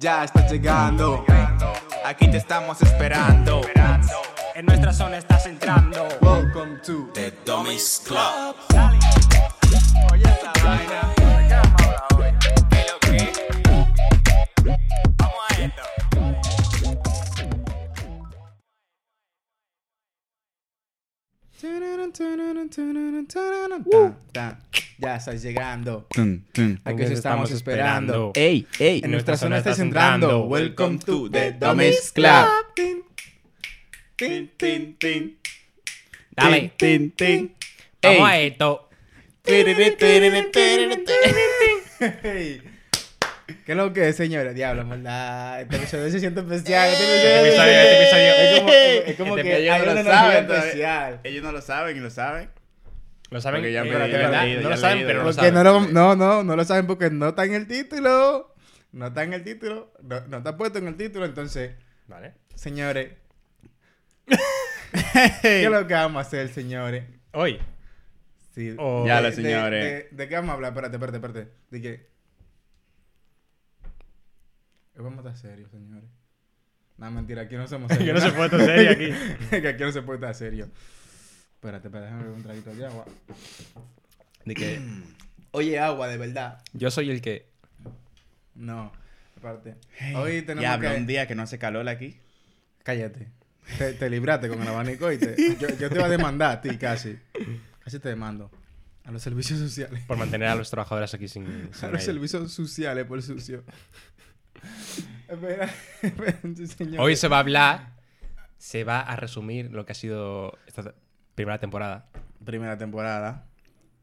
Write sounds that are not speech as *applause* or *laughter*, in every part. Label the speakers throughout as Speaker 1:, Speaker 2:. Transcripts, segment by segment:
Speaker 1: Ya estás llegando, aquí te estamos esperando.
Speaker 2: En nuestra zona estás entrando.
Speaker 1: Welcome to
Speaker 3: The Dummies Club.
Speaker 1: Oye esa vaina. Ya estás llegando. Aquí os estamos esperando.
Speaker 4: Ey, ey.
Speaker 1: En nuestra zona estás entrando. Welcome to the Dummies Club. Tin, tin, tin, tin.
Speaker 2: Dale.
Speaker 1: Tin, tin,
Speaker 4: Ey.
Speaker 2: Vamos a esto.
Speaker 1: *laughs* tin. Hey. ¿Qué es lo que es, señores? Diablo, maldad. Este episodio se siente especial. Este episodio,
Speaker 4: Este episodio, este episodio.
Speaker 1: Es como, es como
Speaker 4: Este
Speaker 1: que
Speaker 4: episodio
Speaker 1: hay
Speaker 4: no
Speaker 1: una
Speaker 4: lo
Speaker 1: energía
Speaker 4: saben todavía.
Speaker 1: especial.
Speaker 3: Ellos no lo saben y lo saben.
Speaker 4: Lo saben,
Speaker 3: Porque ya
Speaker 4: eh,
Speaker 3: me-
Speaker 4: de
Speaker 3: Eh, ya me he
Speaker 4: verdad,
Speaker 3: leído,
Speaker 4: no
Speaker 3: ya
Speaker 4: lo
Speaker 3: me he
Speaker 4: saben,
Speaker 3: leído,
Speaker 4: pero
Speaker 3: ya
Speaker 4: lo
Speaker 3: me he
Speaker 1: Porque
Speaker 4: saben.
Speaker 1: no, lo, no, no, no lo saben porque no está en el título. No está en el título. No, no está puesto en el título. Entonces,
Speaker 4: Vale.
Speaker 1: señores. ¿Qué es lo que vamos a hacer, señores?
Speaker 4: Hoy.
Speaker 1: Sí.
Speaker 4: Oh.
Speaker 3: Ya,
Speaker 1: De-
Speaker 3: la
Speaker 1: de-
Speaker 3: señores.
Speaker 1: De, de qué vamos a hablar? Espérate, espérate, espérate. De qué. Eh, Vamos a estar serios, señores. No, mentira, aquí no somos
Speaker 4: *laughs*
Speaker 1: serios.
Speaker 4: Que no se puede estar serio aquí.
Speaker 1: *laughs* que aquí no se puede estar serio. Espérate, espérate, déjame beber un traguito de agua.
Speaker 4: De que
Speaker 3: Mm.
Speaker 1: Oye, agua, de verdad.
Speaker 4: yo soy el que.
Speaker 1: No, aparte. Hoy tenemos
Speaker 3: Diablo,
Speaker 1: que...
Speaker 3: un día que no hace calor aquí.
Speaker 1: Cállate. Te, te libraste con el abanico y te... Yo, yo te iba a demandar a ti casi. Casi te demando. A los servicios sociales.
Speaker 4: Por mantener a los trabajadores aquí
Speaker 3: *laughs*
Speaker 4: sin. sin
Speaker 1: A los
Speaker 4: aire.
Speaker 1: servicios sociales por *laughs* sucio. Espera, espera, sí, señor.
Speaker 4: Hoy se va a hablar. Se va a resumir lo que ha sido esta primera temporada
Speaker 1: Primera temporada.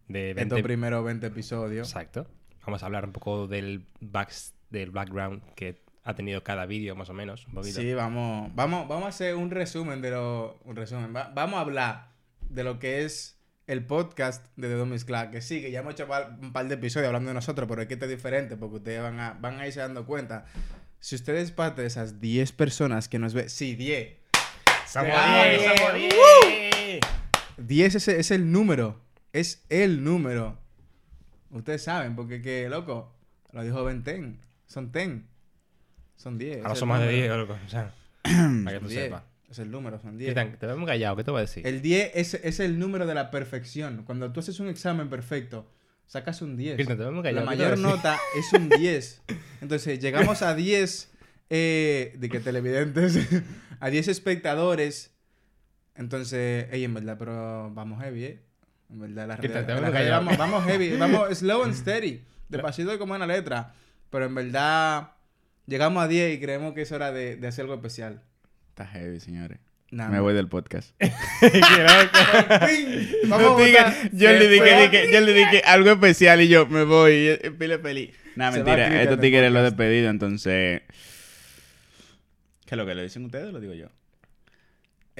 Speaker 4: de 20
Speaker 1: Estos primeros 20 episodios.
Speaker 4: Exacto. Vamos a hablar un poco del, backs, del background que ha tenido cada vídeo, más o menos. Un poquito.
Speaker 1: Sí, vamos, vamos, vamos a hacer un resumen de lo... Un resumen. Va- vamos a hablar de lo que es el podcast de The Dummies Club. Que sí, que ya hemos hecho par- un par de episodios hablando de nosotros, pero es que este es diferente porque ustedes van a, van a irse dando cuenta. Si ustedes es parte de esas 10 personas que nos ven... Sí, 10.
Speaker 4: ¡Samuel!
Speaker 1: Ay,
Speaker 4: ¡Samuel!
Speaker 1: 10 es, es el número. Es el número. Ustedes saben, porque que, loco, lo dijo Ben Ten. Son Ten. Son 10.
Speaker 4: Ahora
Speaker 1: es el
Speaker 4: son más de
Speaker 1: número.
Speaker 4: 10, loco. O sea, para que tú
Speaker 1: Son 10,
Speaker 4: sepas.
Speaker 1: Es el número, son 10.
Speaker 4: Cristian, Te vemos callado, ¿qué te voy a decir?
Speaker 1: El 10 es, es el número de la perfección. Cuando tú haces un examen perfecto, sacas un 10.
Speaker 4: Cristian, te vemos
Speaker 1: La
Speaker 4: callado, ¿qué te
Speaker 1: mayor
Speaker 4: voy a decir?
Speaker 1: nota es un 10. Entonces, llegamos a 10 eh, de que televidentes, *laughs* a 10 espectadores. Entonces, ey, en verdad, pero vamos heavy, ¿eh? En verdad, la
Speaker 4: Que te-
Speaker 1: realidad-
Speaker 4: te
Speaker 1: la
Speaker 4: vamos
Speaker 1: realidad,
Speaker 4: callado.
Speaker 1: vamos, vamos
Speaker 3: *laughs*
Speaker 1: heavy, vamos slow and steady, de pasito y como una letra. Pero en verdad, llegamos a 10 y creemos que es hora de, de hacer algo especial.
Speaker 3: Está heavy, señores.
Speaker 1: Nada.
Speaker 3: Me voy del
Speaker 1: *laughs*
Speaker 3: podcast.
Speaker 4: *laughs*
Speaker 1: ¡Ping! Vamos a
Speaker 3: *laughs*
Speaker 1: votar.
Speaker 3: yo le
Speaker 1: Se
Speaker 3: dije,
Speaker 1: fue.
Speaker 3: dije- yo le dije algo especial y yo me voy. y- y Pile feliz. Nah,
Speaker 1: Se va
Speaker 3: mentira.
Speaker 1: Cristian
Speaker 3: Estos
Speaker 1: del
Speaker 3: tigres lo he despedido, entonces. ¿Qué es lo que le dicen ustedes o lo digo yo?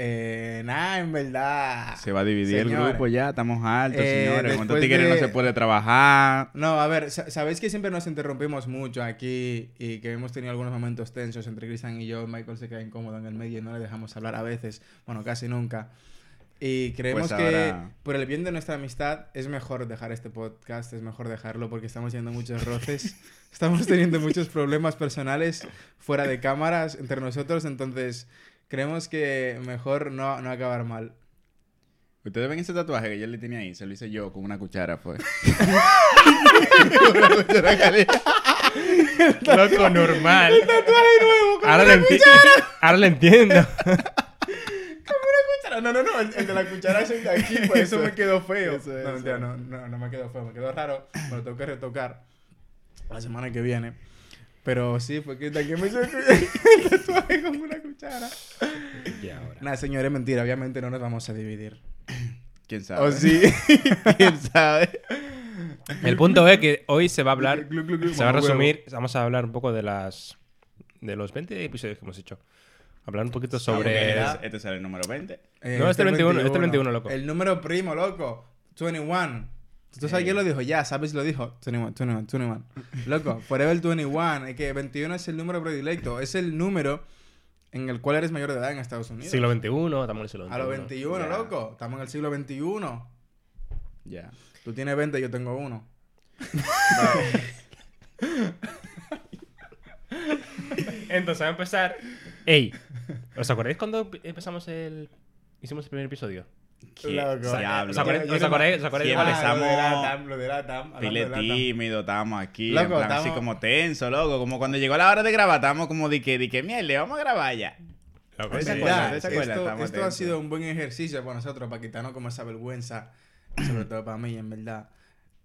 Speaker 1: Eh, nada, en verdad.
Speaker 3: Se va a dividir el
Speaker 1: Señores.
Speaker 3: grupo ya, estamos altos,
Speaker 1: Eh,
Speaker 3: señores. Con estos
Speaker 1: después
Speaker 3: tigres
Speaker 1: de-
Speaker 3: no se puede trabajar.
Speaker 1: No, a ver, sa- sabéis que siempre nos interrumpimos mucho aquí y que hemos tenido algunos momentos tensos entre Cristian y yo. Michael se queda incómodo en el medio y no le dejamos hablar a veces, bueno, casi nunca. Y creemos
Speaker 3: Pues
Speaker 1: que
Speaker 3: ahora-
Speaker 1: por el bien de nuestra amistad es mejor dejar este podcast, es mejor dejarlo porque estamos teniendo muchos
Speaker 3: *laughs*
Speaker 1: roces, estamos teniendo muchos problemas personales fuera de cámaras entre nosotros, entonces creemos que mejor no, no acabar mal.
Speaker 3: Ustedes ven ese tatuaje que yo le tenía ahí, se lo hice yo con una cuchara, pues. fue.
Speaker 1: *laughs*
Speaker 3: *laughs*
Speaker 4: Loco normal. Ahora lo, enti- *laughs* Ahora lo entiendo.
Speaker 1: cuchara. No, no, no, el, el de la cuchara es el de *laughs* aquí, por eso me quedó feo.
Speaker 3: Eso,
Speaker 1: no,
Speaker 3: eso.
Speaker 1: mentira, no, no, no me quedó feo, me quedó raro. Me lo tengo que retocar la semana que viene. Pero sí, fue que también me hizo el cu- *laughs* el tatuaje con una cuchara.
Speaker 4: Y ahora.
Speaker 1: Nada, señores, mentira, obviamente no nos vamos a dividir.
Speaker 3: ¿Quién sabe?
Speaker 1: ¿O sí? *laughs*
Speaker 3: ¿Quién sabe?
Speaker 4: El punto es que hoy se va a hablar.
Speaker 1: Glu, glu, glu,
Speaker 4: Se va a
Speaker 1: mamá
Speaker 4: resumir. Vamos a hablar un poco de las. De los 20 episodios que hemos hecho. Hablar un poquito sobre.
Speaker 3: Este es- Este sale el número 20.
Speaker 1: Eh,
Speaker 4: No, este 21, este 21, loco.
Speaker 1: El número primo, loco. 21. ¿Tú sabes
Speaker 3: Sí.
Speaker 1: quién lo dijo? Ya, ¿sabes lo dijo? 21, 21, 21. Loco, Forever 21. Es que 21 es el número predilecto. Es el número en el cual eres mayor de edad en Estados Unidos.
Speaker 4: Siglo XXI, estamos en el siglo XXI.
Speaker 1: A los 21,
Speaker 3: Ya.
Speaker 1: loco. Estamos en el siglo 21.
Speaker 3: Ya.
Speaker 1: Tú tienes 20, yo tengo uno.
Speaker 4: Entonces, vamos a empezar. Ey, ¿os acordáis cuando empezamos el. Hicimos el primer episodio?
Speaker 3: ¿Qué
Speaker 1: Loco.
Speaker 3: diablo?
Speaker 1: O sea,
Speaker 4: ¿Os acordáis? ¿Os acordáis? ¿Os acordáis?
Speaker 3: Siempre
Speaker 4: Vale.
Speaker 1: Ah, lo de la
Speaker 3: estamos-
Speaker 1: TAM, lo de la TAM, hablando de
Speaker 3: Pile
Speaker 1: la TAM.
Speaker 3: tímido, estábamos aquí,
Speaker 1: Loco,
Speaker 3: en plan, así
Speaker 1: estamos-
Speaker 3: como tenso, loco. Como cuando llegó la hora de grabar, estábamos como de que, de que miel, vamos a grabar ya.
Speaker 4: Loco,
Speaker 1: Es
Speaker 3: ¿Se
Speaker 4: sí.
Speaker 3: acuerdan?
Speaker 1: verdad,
Speaker 3: ¿Se acuerdan?
Speaker 1: Pues Esto,
Speaker 3: Estamos
Speaker 1: esto ha
Speaker 3: atentos.
Speaker 1: sido un buen ejercicio para nosotros, para quitarnos como esa vergüenza, sobre todo para mí, en verdad.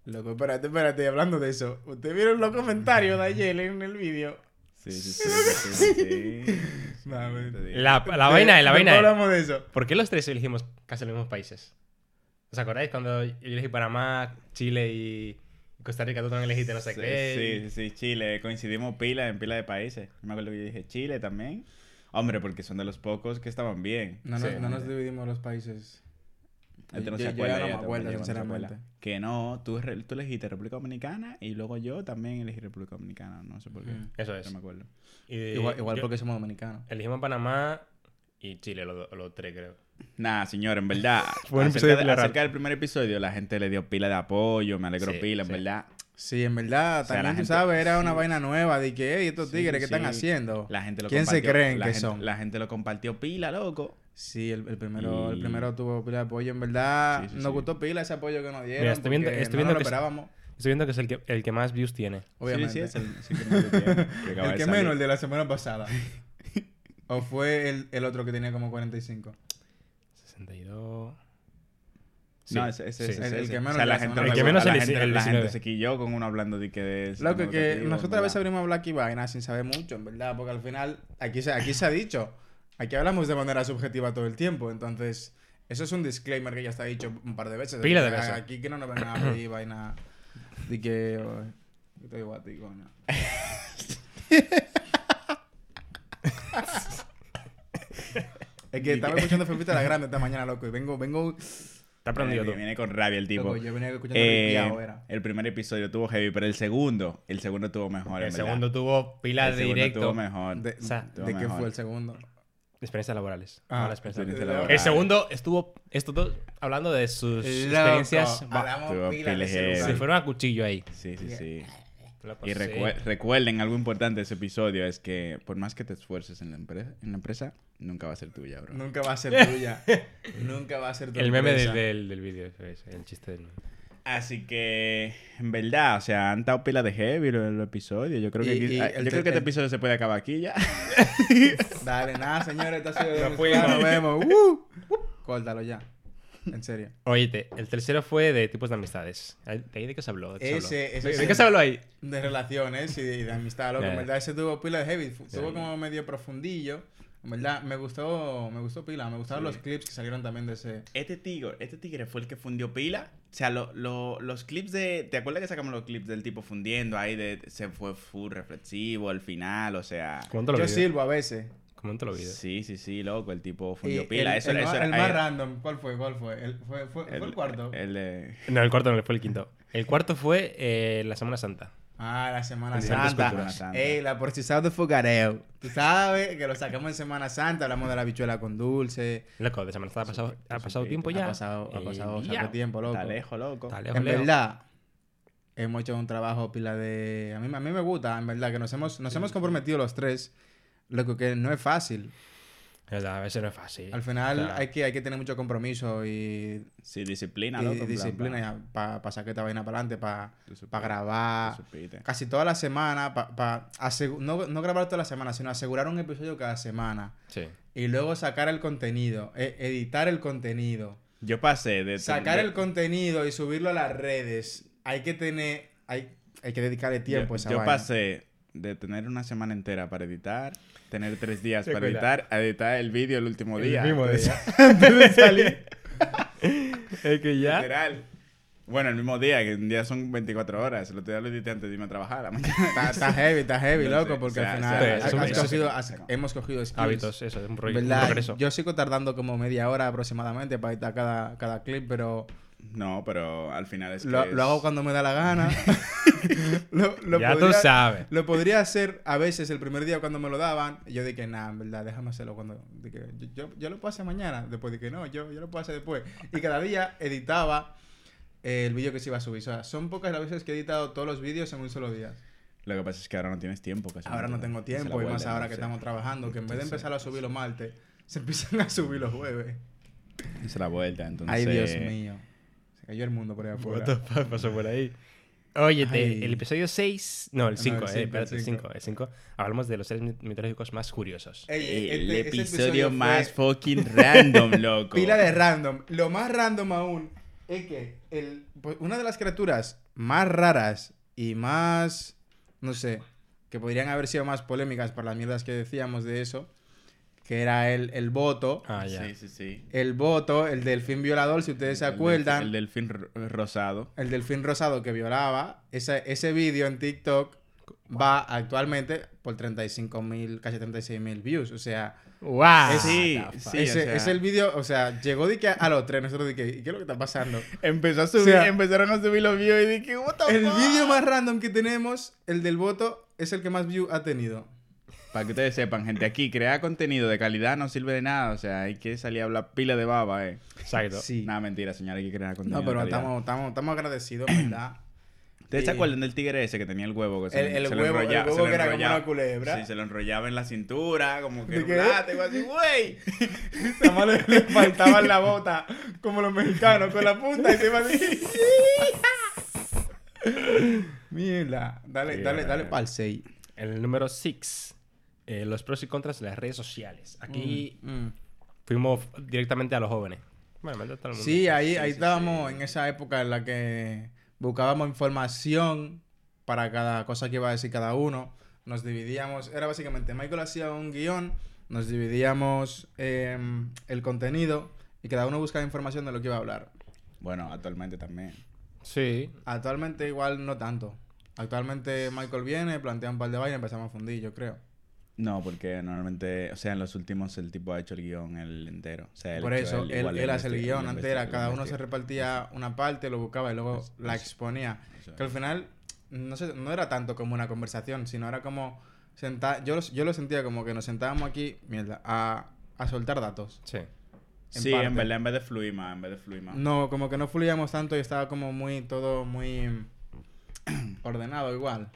Speaker 1: Loco, espérate, espérate, y hablando de eso, ¿ustedes vieron los comentarios de ayer en el vídeo?
Speaker 3: Sí, sí, sí. sí, sí, sí, *laughs* sí.
Speaker 1: No, me-
Speaker 3: Te digo.
Speaker 4: La, la vaina es, la
Speaker 3: *laughs*
Speaker 1: Después
Speaker 4: vaina es.
Speaker 1: hablamos de eso.
Speaker 4: ¿Por qué los tres elegimos casi los mismos países? ¿Os acordáis cuando yo elegí Panamá, Chile y Costa Rica? Tú también elegiste no sé
Speaker 3: Sí,
Speaker 4: qué.
Speaker 3: sí, sí, Chile. Coincidimos pila en pila de países. Yo me acuerdo que yo dije Chile también. Hombre, porque son de los pocos que estaban bien.
Speaker 1: No, no,
Speaker 4: Sí.
Speaker 1: no nos dividimos los países.
Speaker 3: Este no
Speaker 1: Yo-
Speaker 3: se
Speaker 1: yo ya
Speaker 3: acuerda,
Speaker 1: no
Speaker 3: ya
Speaker 1: me
Speaker 3: tampoco,
Speaker 1: acuerdo,
Speaker 3: ya no se
Speaker 1: sinceramente.
Speaker 3: acuerda. Que no, tú, re- tú elegiste República Dominicana y luego yo también elegí República Dominicana. No sé por qué.
Speaker 1: Mm.
Speaker 4: Eso
Speaker 3: No
Speaker 4: es.
Speaker 3: me acuerdo.
Speaker 4: Y-
Speaker 1: Igual, igual
Speaker 4: yo-
Speaker 1: porque somos dominicanos.
Speaker 4: Elegimos Panamá y Chile, los, do- los tres, creo.
Speaker 3: Nah, señor,
Speaker 1: *laughs*
Speaker 3: en verdad.
Speaker 4: Fue un episodio
Speaker 3: acerca, de-
Speaker 4: pila raro.
Speaker 3: acerca del primer episodio, la gente le dio pila de apoyo, me alegró
Speaker 4: Sí,
Speaker 3: pila, en
Speaker 4: sí.
Speaker 3: verdad.
Speaker 1: Sí, en verdad,
Speaker 3: sea, la
Speaker 1: también tú
Speaker 3: gente-
Speaker 1: sabes, era una
Speaker 3: sí.
Speaker 1: vaina nueva de que, "Ey, estos
Speaker 3: Sí,
Speaker 1: tigres, ¿qué
Speaker 3: sí.
Speaker 1: están haciendo?
Speaker 3: La gente lo
Speaker 1: ¿Quién se
Speaker 3: compartió,
Speaker 1: creen
Speaker 3: la
Speaker 1: que
Speaker 3: gente-
Speaker 1: son?
Speaker 3: La gente lo compartió pila, loco.
Speaker 1: Sí, el, el primero, el
Speaker 3: Y-
Speaker 1: primero tuvo pila de apoyo. En verdad,
Speaker 3: Sí, sí,
Speaker 1: nos
Speaker 3: sí.
Speaker 1: gustó pila ese apoyo que nos dieron.
Speaker 4: Mira, estoy viendo-
Speaker 1: porque no
Speaker 4: estoy
Speaker 1: nos
Speaker 4: viendo
Speaker 1: lo
Speaker 4: que-
Speaker 1: esperábamos,
Speaker 4: Estoy viendo que es el que, el que más views tiene.
Speaker 1: obviamente.
Speaker 3: Sí, sí, es el, sí que
Speaker 1: *laughs*
Speaker 3: me lo tiene, que acaba
Speaker 1: el
Speaker 3: de
Speaker 1: que
Speaker 3: salir.
Speaker 1: menos, el de la semana pasada. *laughs* o fue el, el otro que tenía como 45.
Speaker 4: 62.
Speaker 3: No, ese, ese,
Speaker 4: sí.
Speaker 3: ese,
Speaker 1: El-
Speaker 3: ese.
Speaker 1: el que menos
Speaker 3: O sea, la
Speaker 1: le-
Speaker 3: gente,
Speaker 1: el
Speaker 3: no
Speaker 1: que
Speaker 3: le-
Speaker 4: menos
Speaker 3: la
Speaker 4: el-
Speaker 3: gente,
Speaker 4: el
Speaker 3: la
Speaker 4: 19.
Speaker 3: gente se quilló con uno hablando de que de eso.
Speaker 1: Loco, que nosotros a veces abrimos Black y vaina sin saber mucho, en verdad, porque al final aquí se, aquí se ha dicho, aquí hablamos de manera subjetiva todo el tiempo, entonces eso es un disclaimer que ya está dicho un par de veces.
Speaker 4: Pila de
Speaker 1: que,
Speaker 4: veces.
Speaker 1: Aquí que no nos vengan a pedir vaina de que... oh, yo te digo a ti, coño. Es *laughs* que estaba escuchando Fepita la Grande esta mañana, loco, y vengo, vengo,
Speaker 4: Está
Speaker 3: Viene,
Speaker 4: aprendido tú.
Speaker 3: Eh, viene con rabia el tipo.
Speaker 1: loco, yo venía escuchando
Speaker 3: Eh,
Speaker 1: Ripiao, era.
Speaker 3: el primer episodio tuvo heavy, pero el segundo, el segundo tuvo mejor. en
Speaker 4: El
Speaker 3: verdad.
Speaker 4: segundo tuvo
Speaker 3: El
Speaker 4: pila de
Speaker 3: segundo
Speaker 4: directo.
Speaker 3: tuvo mejor.
Speaker 1: De,
Speaker 4: o sea,
Speaker 1: ¿de qué
Speaker 3: mejor.
Speaker 1: fue el segundo?
Speaker 4: Experiencias laborales.
Speaker 1: Ah,
Speaker 4: Malas experiencias
Speaker 3: experiencias
Speaker 4: laborales.
Speaker 3: laborales.
Speaker 4: El segundo estuvo, estos dos, hablando de sus
Speaker 1: Loco,
Speaker 4: experiencias. va-
Speaker 1: hablamos
Speaker 3: Tuvo
Speaker 1: pila de
Speaker 3: pila
Speaker 1: ese
Speaker 3: de-
Speaker 1: lugar.
Speaker 4: se fueron a cuchillo ahí.
Speaker 3: Sí, sí, sí.
Speaker 4: Loco,
Speaker 3: Y
Speaker 4: Oh, sí.
Speaker 3: recuer- recuerden algo importante de ese episodio es que por más que te esfuerces en la empresa, en la empresa nunca va a ser tuya, bro.
Speaker 1: Nunca va a ser tuya. Nunca va a ser tuya.
Speaker 4: El meme del, del, del vídeo, es el chiste del meme.
Speaker 3: Así que, en verdad, o sea, han dado pila de heavy los, los episodios. Yo creo que,
Speaker 1: Y-
Speaker 3: aquí-
Speaker 1: y
Speaker 3: ah,
Speaker 1: el
Speaker 3: yo
Speaker 1: ter-
Speaker 3: creo que este
Speaker 1: el-
Speaker 3: episodio se puede acabar aquí ya.
Speaker 1: Dale, nada, señores. Esto ha sido
Speaker 4: Nos
Speaker 1: Nos
Speaker 4: fuimos.
Speaker 1: Nos vemos. Uh, uh. Córtalo ya. En serio.
Speaker 4: Oíste, el tercero fue de tipos de amistades. Ahí- ¿De ahí de qué se habló? ¿De qué se habló?
Speaker 1: Ese- ese
Speaker 4: ¿De-
Speaker 1: es
Speaker 4: ¿De
Speaker 1: el-
Speaker 4: qué se habló ahí?
Speaker 1: De relaciones y de, y de amistad, loco. En
Speaker 4: Ya.
Speaker 1: verdad, ese tuvo pila de heavy. Fu-
Speaker 4: Sí.
Speaker 1: Tuvo como medio profundillo. En verdad, me gustó, me gustó pila. Me gustaron
Speaker 3: Sí.
Speaker 1: los clips que salieron también de ese.
Speaker 3: Este tigre, este tigre fue el que fundió pila. O sea, lo- lo- los clips de. ¿Te acuerdas que sacamos los clips del tipo fundiendo ahí? De, se fue full reflexivo al final, o sea.
Speaker 4: Como en todos
Speaker 1: Yo
Speaker 4: los vídeos.
Speaker 1: silbo a veces.
Speaker 4: Como en todos los vídeos.
Speaker 3: Sí, sí, sí, loco. El tipo
Speaker 1: Y
Speaker 3: fundió pila.
Speaker 1: Eh, el,
Speaker 3: eso,
Speaker 1: el
Speaker 3: era-
Speaker 1: más-
Speaker 3: eso era-
Speaker 1: el más
Speaker 3: ahí-
Speaker 1: random. ¿Cuál fue? ¿Cuál fue? El, fue, fue, fue el cuarto.
Speaker 3: El de.
Speaker 4: No, el cuarto no, fue el quinto. El cuarto fue eh, la Semana Santa.
Speaker 1: Ah, la Semana
Speaker 4: En
Speaker 1: Santa.
Speaker 4: diferentes
Speaker 3: culturas. Santa.
Speaker 1: Ey, la porcizada de fogareo. Tú sabes que lo sacamos en Semana Santa, hablamos de la bichuela con dulce.
Speaker 4: Loco, de Semana Santa ha pasado, ha pasado
Speaker 3: sí,
Speaker 4: tiempo
Speaker 1: Ha
Speaker 4: ya.
Speaker 1: pasado, ha
Speaker 4: Eh,
Speaker 1: pasado
Speaker 4: ya.
Speaker 1: saco tiempo, loco.
Speaker 3: Está lejos, loco.
Speaker 4: Está lejos,
Speaker 1: En
Speaker 4: lejos.
Speaker 1: verdad, hemos hecho un trabajo pila de... A mí, a mí me gusta, en verdad, que nos hemos, nos hemos comprometido los tres. Loco, que no es fácil.
Speaker 4: Es verdad, a veces no es fácil.
Speaker 1: Al final
Speaker 4: Claro.
Speaker 1: hay, que, hay que tener mucho compromiso y,
Speaker 3: Sí, disciplina,
Speaker 1: y
Speaker 3: loco. en plan, pa-
Speaker 1: disciplina para sacar esta vaina para adelante, para
Speaker 3: Tú supiste,
Speaker 1: grabar.
Speaker 3: tú supiste.
Speaker 1: casi toda la semana, pa, pa- asegu- no, no grabar toda la semana, sino asegurar un episodio cada semana.
Speaker 4: Sí.
Speaker 1: Y luego sacar el contenido, e- editar el contenido.
Speaker 3: Yo pasé de.
Speaker 1: Sacar
Speaker 3: de-
Speaker 1: el contenido y subirlo a las redes. Hay que tener, hay, hay que dedicarle tiempo a
Speaker 3: Yo,
Speaker 1: pues, esa
Speaker 3: yo
Speaker 1: vaina.
Speaker 3: pasé de tener una semana entera para editar, tener tres días
Speaker 4: Sí,
Speaker 3: para
Speaker 4: cuida.
Speaker 3: editar, a editar el vídeo el último
Speaker 1: *laughs*
Speaker 4: *laughs*
Speaker 3: día.
Speaker 4: Es que
Speaker 1: ¿Ah?
Speaker 4: ya.
Speaker 3: Literal. Bueno, el mismo día, que un día son 24 horas. El otro día lo edité antes de irme a trabajar a la *laughs* mañana.
Speaker 1: Está, está heavy, está
Speaker 3: *laughs*
Speaker 1: heavy,
Speaker 3: Yo
Speaker 1: loco,
Speaker 3: sé,
Speaker 1: porque
Speaker 3: o sea,
Speaker 1: al
Speaker 3: o
Speaker 1: final
Speaker 4: sea,
Speaker 1: has-
Speaker 4: eso-
Speaker 1: has
Speaker 4: eso-
Speaker 1: cogido- has- hemos cogido skills.
Speaker 4: Hábitos, eso, es un proyecto. Un
Speaker 1: ¿verdad?
Speaker 4: progreso.
Speaker 1: Yo sigo tardando como media hora aproximadamente para editar cada, cada clip, pero
Speaker 3: No, pero al final es que
Speaker 1: lo,
Speaker 3: es-
Speaker 1: lo hago cuando me da la
Speaker 3: *laughs*
Speaker 1: gana. *laughs* Lo- lo
Speaker 4: ya tú
Speaker 1: podría-
Speaker 4: sabes.
Speaker 1: Lo podría hacer a veces el primer día cuando me lo daban. y Yo dije, nada, en verdad, déjame hacerlo cuando. de que yo, yo, yo lo puedo hacer mañana. Después dije, no, yo, yo lo puedo hacer después. Y cada día editaba, eh, el vídeo que se iba a subir. O sea, son pocas las veces que he editado todos los vídeos en un solo día.
Speaker 3: Lo que pasa es que ahora no tienes tiempo. casi
Speaker 1: Ahora no
Speaker 3: te-
Speaker 1: tengo
Speaker 3: se la
Speaker 1: tiempo y más
Speaker 3: vuelven,
Speaker 1: ahora
Speaker 3: no
Speaker 1: que
Speaker 3: sé.
Speaker 1: estamos trabajando, que en vez de
Speaker 3: Entonces-
Speaker 1: empezarlo a subir los martes, se empiezan a subir los jueves.
Speaker 3: Se la vuelta, entonces.
Speaker 1: Ay, Dios mío. Se cayó el mundo por ahí afuera.
Speaker 4: What the fuck pasó por ahí? Oye, te-
Speaker 1: Ay.
Speaker 4: el episodio 6, no, el
Speaker 1: No,
Speaker 4: 5,
Speaker 1: el cinco,
Speaker 4: eh, espérate,
Speaker 1: el
Speaker 4: el
Speaker 1: cinco.
Speaker 4: 5, el 5, hablamos de los seres mit- mitológicos más curiosos.
Speaker 1: Ey,
Speaker 3: El
Speaker 1: este- este
Speaker 3: episodio
Speaker 1: fue
Speaker 3: más
Speaker 1: *laughs*
Speaker 3: fucking random, loco.
Speaker 1: Pila de random. Lo más random aún es que el, pues, una de las criaturas más raras y más, no sé, que podrían haber sido más polémicas para las mierdas que decíamos de eso, que era el, el voto.
Speaker 4: Ah, ya.
Speaker 3: Sí, sí, sí.
Speaker 1: El voto, el delfín violador, si ustedes se
Speaker 3: El del-
Speaker 1: acuerdan.
Speaker 3: El delfín ro- eh, rosado.
Speaker 1: el delfín rosado que violaba, ese, ese vídeo en TikTok va actualmente por 35 mil, casi 36 mil views. O sea, Eh,
Speaker 4: ¡Wow!
Speaker 3: Ah, Sí,
Speaker 4: What the fuck.
Speaker 3: sí.
Speaker 1: ese
Speaker 3: o sea-
Speaker 1: es el vídeo, o sea, llegó de que a los tres, nosotros de que, ¿y qué es lo que está
Speaker 3: *laughs*
Speaker 1: pasando?
Speaker 3: Empezó a
Speaker 1: subir-
Speaker 3: empezaron a subir los views y dije, what
Speaker 1: El vídeo más random que tenemos, el del voto, es el que más view ha tenido.
Speaker 3: Para que ustedes sepan, gente, aquí crear contenido de calidad no sirve de nada. O sea, hay que salir a hablar pila de baba, eh.
Speaker 4: Exacto.
Speaker 1: Sí.
Speaker 3: Nada, mentira, señor, hay que crear contenido.
Speaker 1: No, pero
Speaker 3: de calidad.
Speaker 1: estamos, estamos, estamos
Speaker 3: *clears throat*
Speaker 1: agradecidos, ¿verdad?
Speaker 3: ¿Ustedes se
Speaker 1: Sí.
Speaker 3: acuerdan del tigre ese que tenía el huevo? Que
Speaker 1: El- el huevo- el huevo que era como una culebra.
Speaker 3: Sí, se lo enrollaba en la cintura, como que
Speaker 1: ¿De
Speaker 3: era un
Speaker 1: qué?
Speaker 3: látigo, así, güey.
Speaker 1: Nada más le, le faltaban la bota, como los mexicanos, con la punta y se iba
Speaker 3: *laughs*
Speaker 1: así. Mierda. Dale, dale, dale
Speaker 3: Mierda.
Speaker 1: pa'l 6.
Speaker 4: El número 6, los pros y contras de las redes sociales. Aquí
Speaker 1: Mm.
Speaker 4: fuimos directamente a los jóvenes. Bueno, me todo el mundo.
Speaker 1: Sí, ahí, ahí
Speaker 3: sí,
Speaker 1: estábamos
Speaker 3: sí.
Speaker 1: en esa época en la que buscábamos información para cada cosa que iba a decir cada uno. Nos dividíamos, era básicamente, Michael hacía un guión, nos dividíamos em, el contenido y cada uno buscaba información de lo que iba a hablar.
Speaker 3: Bueno, actualmente también.
Speaker 4: Sí.
Speaker 1: Actualmente igual no tanto. Actualmente Michael viene, plantea un par de vainas y empezamos a fundir, yo creo.
Speaker 3: No, porque normalmente, o sea, en los últimos el tipo ha hecho el guión el entero. O sea, él
Speaker 1: Por
Speaker 3: hecho
Speaker 1: eso, él,
Speaker 3: igual
Speaker 1: él hace el
Speaker 3: investi-
Speaker 1: guión,
Speaker 3: lo
Speaker 1: antes
Speaker 3: investiga,
Speaker 1: era
Speaker 3: este lo
Speaker 1: cada uno se
Speaker 3: investiga.
Speaker 1: repartía una parte, lo buscaba y luego
Speaker 3: Eso,
Speaker 1: la
Speaker 3: eso.
Speaker 1: exponía.
Speaker 3: Eso es.
Speaker 1: Que al final, no, sé, no era tanto como una conversación, sino era como sentar. Yo, los- yo lo sentía como que nos sentábamos aquí, mierda, a, a soltar datos.
Speaker 4: Sí.
Speaker 1: en
Speaker 3: Sí,
Speaker 1: parte.
Speaker 3: en verdad, en vez de fluir más, en vez de fluir más.
Speaker 1: No, como que no fluíamos tanto y estaba como muy, todo muy *clears throat* ordenado igual.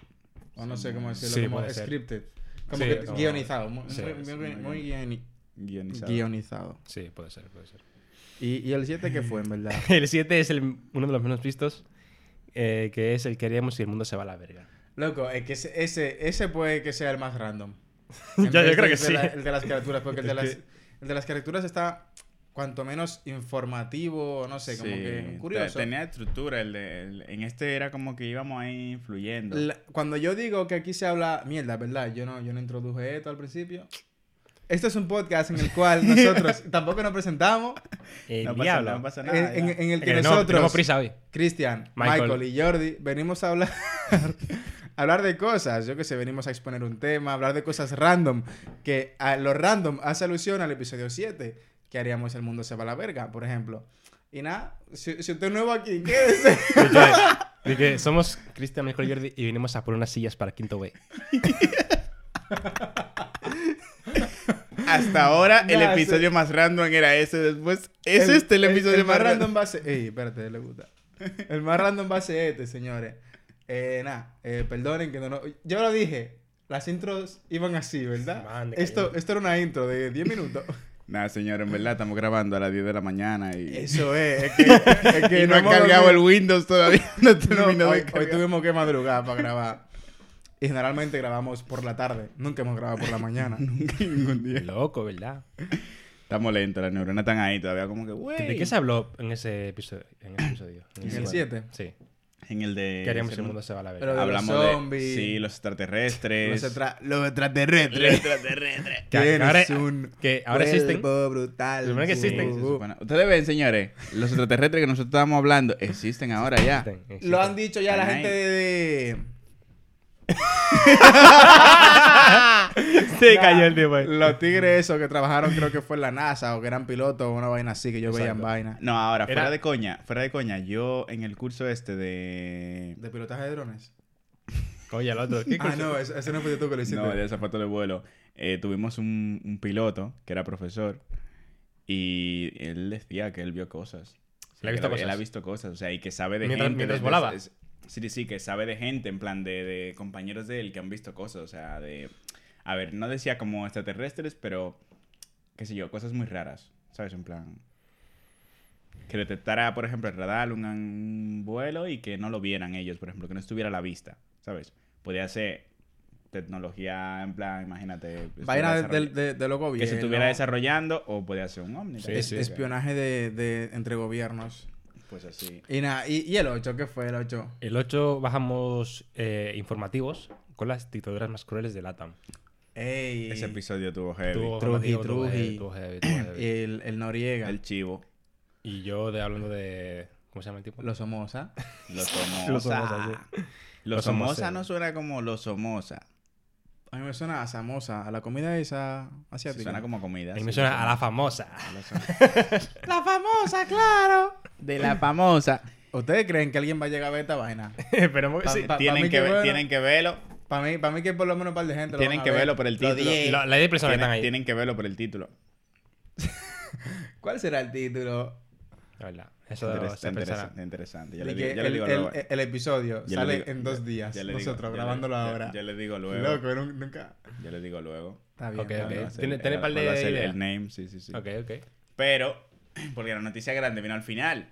Speaker 1: O no sé cómo decirlo,
Speaker 4: Sí,
Speaker 1: como
Speaker 4: puede ser.
Speaker 1: scripted. Como
Speaker 4: Sí,
Speaker 1: que
Speaker 4: como-
Speaker 1: guionizado, muy,
Speaker 4: sí,
Speaker 1: muy-
Speaker 4: sí,
Speaker 1: muy-
Speaker 3: muy
Speaker 1: muy guioni-
Speaker 3: Guionizado.
Speaker 1: guionizado.
Speaker 4: Sí, puede ser,
Speaker 1: *laughs*
Speaker 4: puede ser.
Speaker 1: Y, y el 7 que fue, en verdad.
Speaker 4: El 7 es el, uno de los menos vistos, eh, que es el que haríamos si el mundo se va a la verga.
Speaker 1: Loco, es que ese, ese, ese puede que sea el más random.
Speaker 4: *laughs* Ya,
Speaker 1: En
Speaker 4: yo
Speaker 1: vez de-
Speaker 4: creo que
Speaker 1: de
Speaker 4: sí.
Speaker 1: la- el de las criaturas, porque el de,
Speaker 4: Es
Speaker 1: las,
Speaker 4: que-
Speaker 1: el de las criaturas está cuanto menos informativo, no sé, como
Speaker 3: Sí,
Speaker 1: que
Speaker 3: te-
Speaker 1: curioso.
Speaker 3: Tenía estructura. El de, el- en este era como que íbamos ahí fluyendo.
Speaker 1: La- cuando yo digo que aquí se habla mierda, ¿verdad? Yo no, yo no introduje esto al principio. Esto es un podcast en el
Speaker 4: *laughs*
Speaker 1: cual nosotros tampoco nos presentamos.
Speaker 4: El
Speaker 3: no, pasa,
Speaker 4: Eh, diablo.
Speaker 3: no pasa
Speaker 1: En,
Speaker 3: nada.
Speaker 1: en-
Speaker 3: ya.
Speaker 1: en el que
Speaker 4: Eh, no, tenemos
Speaker 1: nosotros,
Speaker 4: prisa hoy.
Speaker 1: Cristian, Michael.
Speaker 4: Michael.
Speaker 1: y Jordi, venimos a hablar, *laughs* a hablar de cosas. Yo que sé, venimos a exponer un tema, a hablar de cosas random. Que a lo random hace alusión al episodio 7, que haríamos El mundo se va a la verga, por ejemplo. Y nada, si, si usted es nuevo aquí, quédese. *laughs*
Speaker 4: De que somos Cristian, Michael y Jordi y vinimos a por unas sillas para quinto B.
Speaker 3: Hasta ahora el
Speaker 1: Ya,
Speaker 3: episodio más random era ese. Después, ese *laughs* es este el episodio
Speaker 1: el
Speaker 3: más random.
Speaker 1: va a ser. Ey, espérate, le gusta. El más random va a ser este, señores. Eh, nada, eh, perdonen que no, no. Yo lo dije, las intros iban así, ¿verdad?
Speaker 4: Man, de
Speaker 1: esto,
Speaker 4: cañón.
Speaker 1: esto era una intro de 10 minutos.
Speaker 3: Nada, señor, en verdad estamos grabando a las 10 de la mañana
Speaker 4: *laughs*
Speaker 3: y,
Speaker 1: Eso es, es que, es
Speaker 3: *laughs* y
Speaker 1: que
Speaker 3: no ha
Speaker 1: hemos
Speaker 3: cargado el
Speaker 1: dormido.
Speaker 3: Windows todavía. *laughs* No
Speaker 1: No,
Speaker 3: termino
Speaker 1: hoy,
Speaker 3: de
Speaker 1: hoy
Speaker 3: cargar.
Speaker 1: tuvimos que madrugar para grabar. Y generalmente grabamos por la tarde. Nunca hemos grabado por la
Speaker 4: *laughs*
Speaker 1: mañana.
Speaker 3: Ningún día.
Speaker 4: Loco, ¿verdad?
Speaker 3: Estamos lentos, las neuronas están ahí todavía como que, güey.
Speaker 4: ¿De qué se habló en ese episodio? En, ese episodio?
Speaker 1: ¿En el
Speaker 4: bueno,
Speaker 1: siete?
Speaker 4: Sí.
Speaker 3: En el de...
Speaker 4: Que haríamos si el mundo se va a la
Speaker 1: Pero-
Speaker 4: verga.
Speaker 1: de los
Speaker 3: Hablamos de...
Speaker 1: zombies.
Speaker 3: Sí, los extraterrestres.
Speaker 1: Los,
Speaker 3: *laughs*
Speaker 1: extra- los extraterrestres.
Speaker 3: extraterrestres.
Speaker 4: *laughs* Que ahora-
Speaker 1: Tienes un
Speaker 4: que ahora existen.
Speaker 1: cuerpo brutal.
Speaker 4: Primero que existen.
Speaker 1: Uh,
Speaker 3: Se
Speaker 1: uh.
Speaker 3: supone- Ustedes ven, señores, los extraterrestres que nosotros estábamos hablando existen ahora ya.
Speaker 4: Existen, existen.
Speaker 1: Lo han dicho ya la
Speaker 3: Ay.
Speaker 1: gente de...
Speaker 4: *laughs* Se
Speaker 1: Nah,
Speaker 4: cayó el tipo ahí.
Speaker 1: Los tigres esos que trabajaron creo que fue en la NASA o que eran pilotos o una vaina así que yo veía en
Speaker 4: Exacto.
Speaker 1: vaina.
Speaker 3: No, ahora,
Speaker 4: Era-
Speaker 3: fuera de coña, fuera de coña, yo en el curso este de...
Speaker 1: ¿De pilotaje de drones?
Speaker 4: Oye, el otro. ¿qué
Speaker 1: Ah,
Speaker 4: cosa?
Speaker 1: no, ese, ese no fue tú que lo hiciste.
Speaker 3: No, de zapato de vuelo. Eh, tuvimos un, un piloto que era profesor y él decía que él vio cosas.
Speaker 4: él ha visto
Speaker 3: él,
Speaker 4: cosas.
Speaker 3: él ha visto cosas, o sea, y que sabe de
Speaker 4: Mientras-
Speaker 3: gente.
Speaker 4: mientras
Speaker 3: de- de-
Speaker 4: volaba.
Speaker 3: es- sí, sí, que sabe de gente, en plan, de, de compañeros de él que han visto cosas, o sea, de... A ver, no decía como extraterrestres, pero, qué sé yo, cosas muy raras, ¿sabes? En plan... Que detectara, por ejemplo, el radar, un, un vuelo y que no lo vieran ellos, por ejemplo, que no estuviera a la vista, ¿sabes? Podía ser tecnología, en plan, imagínate...
Speaker 1: Vaina de,
Speaker 3: desarroll-
Speaker 1: del- de- de los
Speaker 3: Que
Speaker 1: gobiernos.
Speaker 3: se estuviera desarrollando o podía ser un ovni.
Speaker 1: Es-
Speaker 3: también.
Speaker 1: Espionaje de, de- entre gobiernos.
Speaker 3: Pues así.
Speaker 1: Y nada, y, y el 8? ¿Qué fue el 8?
Speaker 4: El 8 bajamos eh, informativos con las dictaduras más crueles de LATAM.
Speaker 1: Ey.
Speaker 3: Ese episodio tuvo heavy.
Speaker 4: Tuvo
Speaker 1: Truji,
Speaker 4: informativo, tuvo
Speaker 1: Truji.
Speaker 4: heavy,
Speaker 1: Eh.
Speaker 4: tuvo heavy, tuvo heavy.
Speaker 1: El, el Noriega.
Speaker 3: El chivo.
Speaker 4: Y yo de, hablando de... ¿Cómo se llama el tipo?
Speaker 1: Los Somoza.
Speaker 3: Los
Speaker 4: Los
Speaker 3: Somoza.
Speaker 4: Somoza,
Speaker 3: Los
Speaker 4: Los Somoza.
Speaker 3: Somoza no suena como los Somoza.
Speaker 1: A mí me suena a Samosa, a la comida esa
Speaker 3: Sí,
Speaker 1: asiática.
Speaker 3: Suena como comida.
Speaker 4: A mí
Speaker 3: sí,
Speaker 4: me suena a la
Speaker 3: los
Speaker 4: famosa.
Speaker 3: Somoza.
Speaker 1: ¡La famosa, claro!
Speaker 3: De la *laughs* famosa.
Speaker 1: ¿Ustedes creen que alguien va a llegar a ver esta vaina?
Speaker 4: *laughs* Pero
Speaker 1: Pa-
Speaker 4: sí.
Speaker 1: pa-
Speaker 3: tienen,
Speaker 1: mí
Speaker 3: que
Speaker 1: que
Speaker 3: ver-
Speaker 1: bueno.
Speaker 3: tienen que verlo.
Speaker 1: Para mí, para mí que por lo menos un par de gente lo
Speaker 3: Tienen
Speaker 1: van a
Speaker 3: que
Speaker 1: ver.
Speaker 3: verlo por el
Speaker 1: Los
Speaker 3: título.
Speaker 1: 10.
Speaker 4: La la idea de personas que están
Speaker 3: Tienen,
Speaker 4: ahí.
Speaker 3: tienen que verlo por el título.
Speaker 1: ¿Cuál será el título?
Speaker 4: La verdad. Eso
Speaker 3: Interes-
Speaker 4: se pensará.
Speaker 3: Está interesante, interesante. Ya
Speaker 1: De
Speaker 3: le
Speaker 1: que
Speaker 3: digo, ya le
Speaker 1: el,
Speaker 3: digo
Speaker 1: el-
Speaker 3: luego.
Speaker 1: el- el episodio
Speaker 3: Ya le
Speaker 1: sale
Speaker 3: digo-
Speaker 1: en dos
Speaker 3: ya-
Speaker 1: días.
Speaker 3: ya le digo,
Speaker 1: nosotros
Speaker 3: ya le-
Speaker 1: grabándolo
Speaker 3: ya-
Speaker 1: ahora.
Speaker 3: Ya le digo luego.
Speaker 1: Loco, nun- nunca.
Speaker 3: Ya le digo luego.
Speaker 1: Está bien.
Speaker 4: Ok,
Speaker 1: está
Speaker 4: ok.
Speaker 1: bien.
Speaker 4: Tiene- tiene
Speaker 3: el-
Speaker 4: par de
Speaker 3: va a ser
Speaker 4: ideas.
Speaker 3: el name, sí, sí, sí.
Speaker 4: Ok, ok.
Speaker 3: Pero, *clears throat* porque la noticia grande vino
Speaker 1: *laughs*
Speaker 3: al final.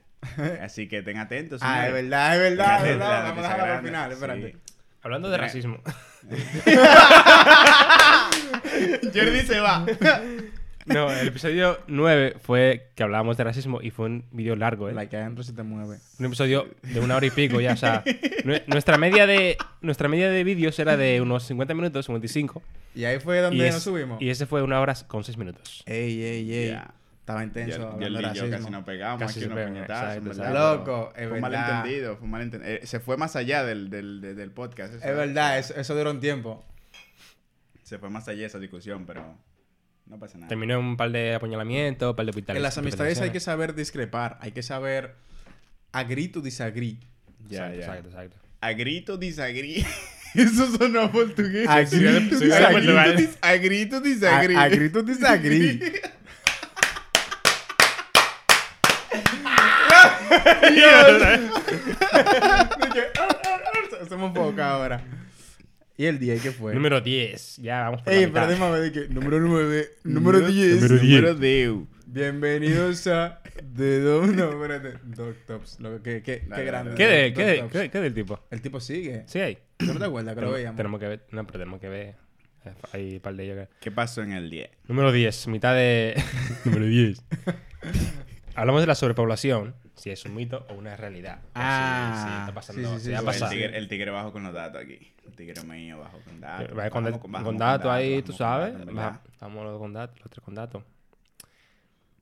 Speaker 3: Así que ten atentos.
Speaker 1: Ah, es
Speaker 3: señores.
Speaker 1: verdad, es verdad, es
Speaker 3: Grande,
Speaker 1: verdad.
Speaker 3: grande,
Speaker 1: Vamos a dejarla al
Speaker 3: grande,
Speaker 1: final,
Speaker 3: sí.
Speaker 1: espérate.
Speaker 4: Hablando de
Speaker 3: Mira.
Speaker 4: racismo.
Speaker 3: Jordi se *laughs* va.
Speaker 4: *laughs* No, el episodio 9 fue que hablábamos de racismo y fue un vídeo largo, ¿eh?
Speaker 1: La que adentro se te mueve.
Speaker 4: Un episodio de una hora y pico ya,
Speaker 1: *laughs*
Speaker 4: o sea... nue- nuestra media de, nuestra media de vídeos era de unos 50 minutos, 55.
Speaker 1: Y ahí fue
Speaker 4: y
Speaker 1: donde
Speaker 4: es-
Speaker 1: nos subimos.
Speaker 4: Y ese fue una hora con 6 minutos.
Speaker 1: Ey, ey, ey.
Speaker 3: Ya.
Speaker 1: Estaba intenso
Speaker 3: Yo-
Speaker 1: hablando
Speaker 3: Jordi
Speaker 1: de
Speaker 3: y yo
Speaker 1: racismo.
Speaker 3: casi nos pegamos.
Speaker 4: Casi
Speaker 3: aquí
Speaker 4: se
Speaker 3: unos
Speaker 4: pegan,
Speaker 3: puñetazos,
Speaker 4: exacto,
Speaker 3: en
Speaker 4: exacto.
Speaker 3: verdad.
Speaker 1: Loco, es
Speaker 3: Fue
Speaker 1: verdad.
Speaker 3: malentendido, fue malentendido. Eh, se fue más allá del, del, del- del podcast. eso.
Speaker 1: Es verdad, eso, eso duró un tiempo.
Speaker 3: Se fue más allá esa discusión, pero no pasa nada.
Speaker 4: Terminó en un par de apuñalamientos, un par de
Speaker 1: en las amistades hay que
Speaker 4: hospitalizaciones.
Speaker 1: saber discrepar. Hay que saber agree to disagree.
Speaker 3: Ya,
Speaker 4: Exacto,
Speaker 3: ya.
Speaker 4: exacto, exacto.
Speaker 1: *laughs*
Speaker 3: A grito disagrí. *laughs* Eso sonó a portugués.
Speaker 1: Agree
Speaker 4: de-
Speaker 1: to
Speaker 4: soy de
Speaker 1: disagree.
Speaker 4: Portugal.
Speaker 3: dis- a grito disagrí.
Speaker 1: A- Agree to
Speaker 3: *laughs*
Speaker 1: disagree. Somos pocos ahora. ¿Y el 10 qué fue?
Speaker 4: Número 10. Ya vamos por la
Speaker 1: Ey,
Speaker 4: mitad.
Speaker 1: espérate, mami, de que número
Speaker 4: *laughs*
Speaker 1: 9, número 10.
Speaker 3: Número 10.
Speaker 1: Bienvenidos a The Dom. No, espérate. Dog Tops. Lo que, que,
Speaker 3: Dale,
Speaker 1: qué
Speaker 3: dale,
Speaker 1: grande.
Speaker 4: ¿Qué, de-
Speaker 1: Dog
Speaker 4: qué, de-
Speaker 1: Tops.
Speaker 4: qué- qué del tipo?
Speaker 1: El tipo sigue.
Speaker 4: Sí, hay.
Speaker 1: ¿Tú no te acuerdas que lo veíamos?
Speaker 4: Tenemos, tenemos que ver. No, pero tenemos que ver. Eh, Hay un par de ellos que-
Speaker 3: ¿Qué pasó en el 10?
Speaker 4: Número 10. Mitad de. Número 10. Hablamos de la sobrepoblación. Si es un mito o una realidad. O si-
Speaker 1: Ah,
Speaker 4: si está pasando.
Speaker 1: sí, sí, sí,
Speaker 4: si ha
Speaker 1: sí,
Speaker 3: El
Speaker 4: pasado.
Speaker 3: tigre, el tigre bajo con los datos aquí. El tigre mío bajo con datos.
Speaker 4: Va con,
Speaker 3: Vamos vamos
Speaker 4: con datos ahí,
Speaker 3: vamos
Speaker 4: tú
Speaker 3: con
Speaker 4: sabes.
Speaker 3: datos, ¿verdad?
Speaker 4: Va- Vamos los con datos, los tres con datos.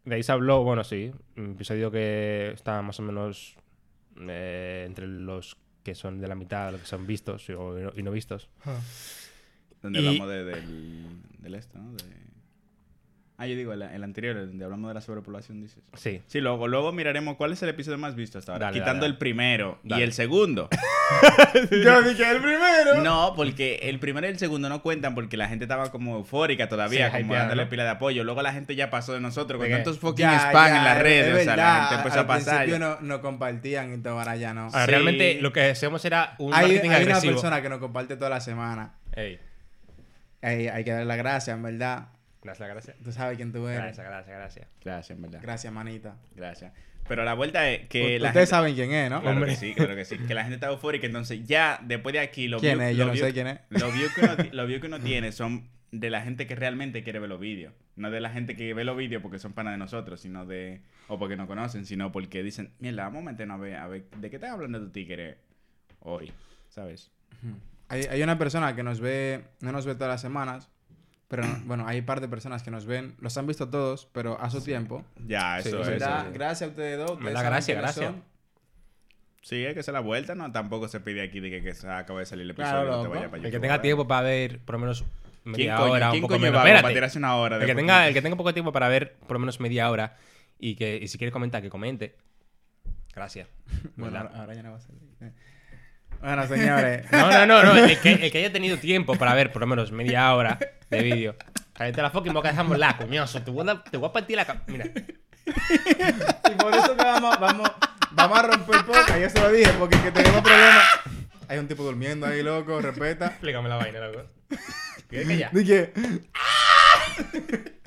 Speaker 4: De ahí se habló, bueno, sí, un episodio que está más o menos eh, entre los que son de la mitad, los que son vistos y, o- y no- y no vistos.
Speaker 3: Donde
Speaker 4: Y-
Speaker 3: hablamos de- del, del esto, ¿no? De- Ah, yo digo, el, el anterior, el donde hablamos de la sobrepoblación, dices.
Speaker 4: Sí.
Speaker 3: Sí, luego, luego miraremos cuál es el episodio más visto hasta ahora.
Speaker 4: Dale,
Speaker 3: quitando
Speaker 4: dale,
Speaker 3: el primero
Speaker 4: Dale.
Speaker 3: y
Speaker 1: *laughs*
Speaker 3: el segundo.
Speaker 1: Yo dije el primero.
Speaker 3: no, porque el primero y el segundo no cuentan porque la gente estaba como eufórica todavía,
Speaker 4: Sí,
Speaker 3: como
Speaker 4: hypeada,
Speaker 3: dándole
Speaker 4: ¿no?
Speaker 3: pila de apoyo. Luego la gente ya pasó de nosotros con
Speaker 4: ¿De qué?
Speaker 3: tantos fucking
Speaker 1: Ya,
Speaker 3: spam
Speaker 1: ya,
Speaker 3: en las
Speaker 1: es
Speaker 3: redes. o sea, la
Speaker 1: verdad.
Speaker 3: gente empezó a
Speaker 1: Al
Speaker 3: pasar.
Speaker 1: principio no, no compartían y todo, ahora ya no.
Speaker 4: Ahora,
Speaker 3: Sí.
Speaker 4: Realmente lo que hacemos era un
Speaker 1: hay
Speaker 4: marketing
Speaker 1: hay una
Speaker 4: agresivo.
Speaker 1: persona que nos comparte toda la semana.
Speaker 4: Ey,
Speaker 1: Ey, hay que darle las gracias, en verdad.
Speaker 4: gracias, gracias.
Speaker 1: Tú sabes quién tú
Speaker 3: Ah,
Speaker 1: eres.
Speaker 4: Gracias, gracias, gracias.
Speaker 3: Gracias, en verdad.
Speaker 1: Gracias, manita.
Speaker 3: Gracias. Pero la vuelta es que
Speaker 1: U-
Speaker 3: la
Speaker 1: Ustedes
Speaker 3: gente...
Speaker 1: saben quién es, ¿no?
Speaker 3: Claro
Speaker 4: Hombre.
Speaker 3: que sí, claro que sí. Que la gente está eufórica, entonces ya después de aquí lo
Speaker 1: ¿Quién
Speaker 3: view-
Speaker 1: es? Yo
Speaker 3: lo
Speaker 1: no
Speaker 3: view-
Speaker 1: sé quién es.
Speaker 3: Los views
Speaker 4: *laughs*
Speaker 3: que, uno ti- los views que uno tiene son de la gente que realmente quiere ver los vídeos. No de la gente que ve los vídeos porque son panas de nosotros, sino de. O porque no conocen, sino porque dicen, mierda, vamos a meternos a ver, a ver, ¿de qué estás hablando tu tigre hoy? ¿Sabes?
Speaker 1: Hay, hay una persona que nos ve, no nos ve todas las semanas, pero no- bueno, hay un par de personas que nos ven, los han visto todos, pero a su tiempo.
Speaker 3: Ya,
Speaker 4: Sí,
Speaker 3: eso
Speaker 1: En
Speaker 4: sí,
Speaker 3: es.
Speaker 1: verdad,
Speaker 4: sí.
Speaker 1: Gracias a ustedes dos. ustedes
Speaker 4: verdad,
Speaker 1: saben
Speaker 4: gracias,
Speaker 1: quiénes
Speaker 4: gracias.
Speaker 1: son.
Speaker 3: Sí, es que se la vuelta, no, tampoco se pide aquí de que, que se acaba de salir el episodio
Speaker 1: Claro,
Speaker 3: no te
Speaker 1: loco.
Speaker 3: vaya para
Speaker 4: El que
Speaker 3: YouTube,
Speaker 4: tenga
Speaker 3: ¿verdad?
Speaker 4: tiempo para ver por lo menos
Speaker 3: ¿Quién
Speaker 4: media hora,
Speaker 3: coño,
Speaker 4: un
Speaker 3: ¿quién
Speaker 4: poco
Speaker 3: coño
Speaker 4: menos.
Speaker 3: va para
Speaker 4: Espérate.
Speaker 3: tirarse una hora?
Speaker 4: El que,
Speaker 3: de
Speaker 4: tenga, el que tenga poco tiempo para ver por lo menos media hora y que y si quiere comentar, que comente. Gracias.
Speaker 1: *laughs* Bueno,
Speaker 4: ¿Verdad?
Speaker 1: ahora, ahora ya no va a salir. Eh. Bueno,
Speaker 3: *laughs*
Speaker 1: señores.
Speaker 4: No, no, no, no. El que, el que haya tenido tiempo para ver por lo menos media hora de vídeo. Cállate la fucking boca, dejamos la, coñazo. Te voy a, dar- te voy a partir la ca- Mira.
Speaker 1: Y por eso que vamos, vamos, vamos a romper poca, yo se lo dije, porque que tenemos problemas. Hay un tipo durmiendo ahí, loco, respeta.
Speaker 4: Explícame la vaina, loco. ¿Quieres que ya?
Speaker 1: Dije. "Ah". *laughs*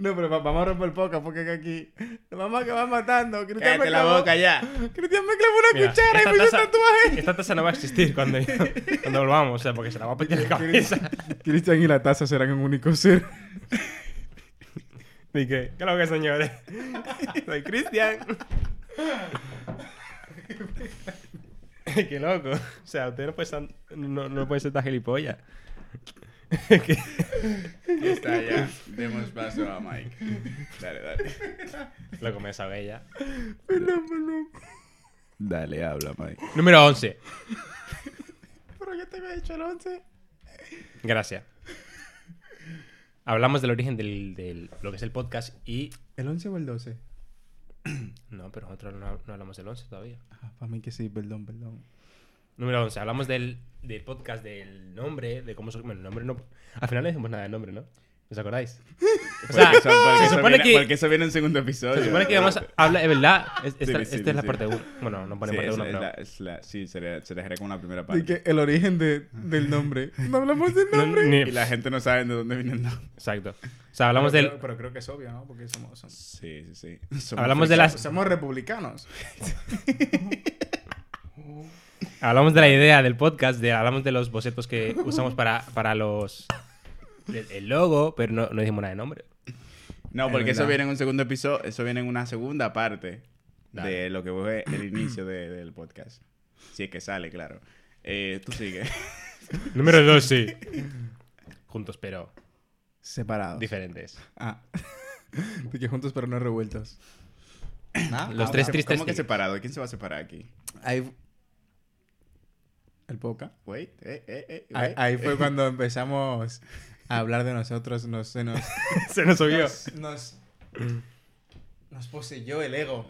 Speaker 1: No, pero va- vamos a romper poca porque es que aquí nos vamos a acabar matando. Cristian me
Speaker 3: Cállate la boca ya.
Speaker 1: Cristian me clavó una
Speaker 4: *laughs* Mira,
Speaker 1: cuchara y
Speaker 4: esta
Speaker 1: me hizo un
Speaker 4: taza-
Speaker 1: tatuaje.
Speaker 4: *laughs* Esta taza no va a existir cuando, *laughs* cuando volvamos, o sea, porque se la va a pedir en la cabeza. *laughs*
Speaker 1: Cristian y la taza serán un único ser.
Speaker 4: ¿Y qué? ¿Qué es lo que señores? *laughs* Soy Cristian. *laughs* qué loco. O sea, usted no puede ser, no, no puede ser tan gilipollas. *laughs* Que-
Speaker 3: Ya está, ya. Demos paso
Speaker 4: *laughs*
Speaker 3: a Mike. Dale, dale.
Speaker 4: loco, me sabe ya.
Speaker 3: Dale, habla, Mike.
Speaker 4: Número 11.
Speaker 1: Pero yo te había dicho el 11.
Speaker 4: Gracias. Hablamos del origen del, del- lo que es el podcast y...
Speaker 1: ¿El 11 o el 12?
Speaker 4: No, pero nosotros no, no hablamos del 11 todavía.
Speaker 1: Ah, para mí que sí, perdón, perdón.
Speaker 4: Número 11. Hablamos del, del podcast, del nombre, de cómo... se- Bueno, el nombre no... Al final no dijimos nada del nombre, ¿no? ¿Os acordáis? O sea,
Speaker 3: Porque eso- porque
Speaker 4: se
Speaker 3: eso
Speaker 4: supone
Speaker 3: viene-
Speaker 4: que-
Speaker 3: Porque eso viene en segundo episodio.
Speaker 4: Se supone que vamos a hablar, es verdad, es- esta,
Speaker 3: Sí, sí,
Speaker 4: esta es la
Speaker 3: sí.
Speaker 4: parte 1. Bueno, no pone
Speaker 3: Sí,
Speaker 4: parte
Speaker 3: es,
Speaker 4: 1,
Speaker 3: es
Speaker 4: pero...
Speaker 3: la, es la- sí, se le, se le dejaré como la primera parte.
Speaker 1: Y que el origen de- del nombre. No hablamos del
Speaker 4: No,
Speaker 1: nombre.
Speaker 4: ni-
Speaker 3: Y la gente no sabe de dónde viene el nombre.
Speaker 4: Exacto. O sea, *laughs* hablamos, del,
Speaker 1: Pero creo que es obvio, ¿no? Porque somos, somos,
Speaker 3: Sí, sí, sí. Somos
Speaker 4: hablamos, de las,
Speaker 1: somos republicanos.
Speaker 4: hablamos de la idea del podcast, de, hablamos de los bocetos que usamos para, para los... El, el logo, pero no, no dijimos nada de nombre.
Speaker 3: No,
Speaker 1: Es
Speaker 3: porque eso
Speaker 1: verdad.
Speaker 3: viene en un segundo episodio, eso viene en una segunda parte
Speaker 4: Dale.
Speaker 3: de lo que fue el inicio de- del podcast. Si es que sale, claro. Eh, tú sigue.
Speaker 4: Número 2, sí. Juntos, pero
Speaker 1: Separados.
Speaker 3: *laughs*
Speaker 4: diferentes.
Speaker 1: Ah. *laughs* De que juntos pero no revueltos.
Speaker 4: *laughs* Los
Speaker 3: Ah,
Speaker 4: tres tristes
Speaker 3: ¿cómo- ¿Cómo que
Speaker 4: tigres.
Speaker 3: separado? ¿Quién se va a separar aquí?
Speaker 1: Ahí... El poca.
Speaker 3: Wait, eh, eh, eh.
Speaker 1: Ahí,
Speaker 3: wait.
Speaker 1: ahí *laughs* fue cuando empezamos a hablar de nosotros. Nos, se nos,
Speaker 4: Se nos subió.
Speaker 1: nos, nos, nos poseyó el
Speaker 4: *laughs*
Speaker 1: ego.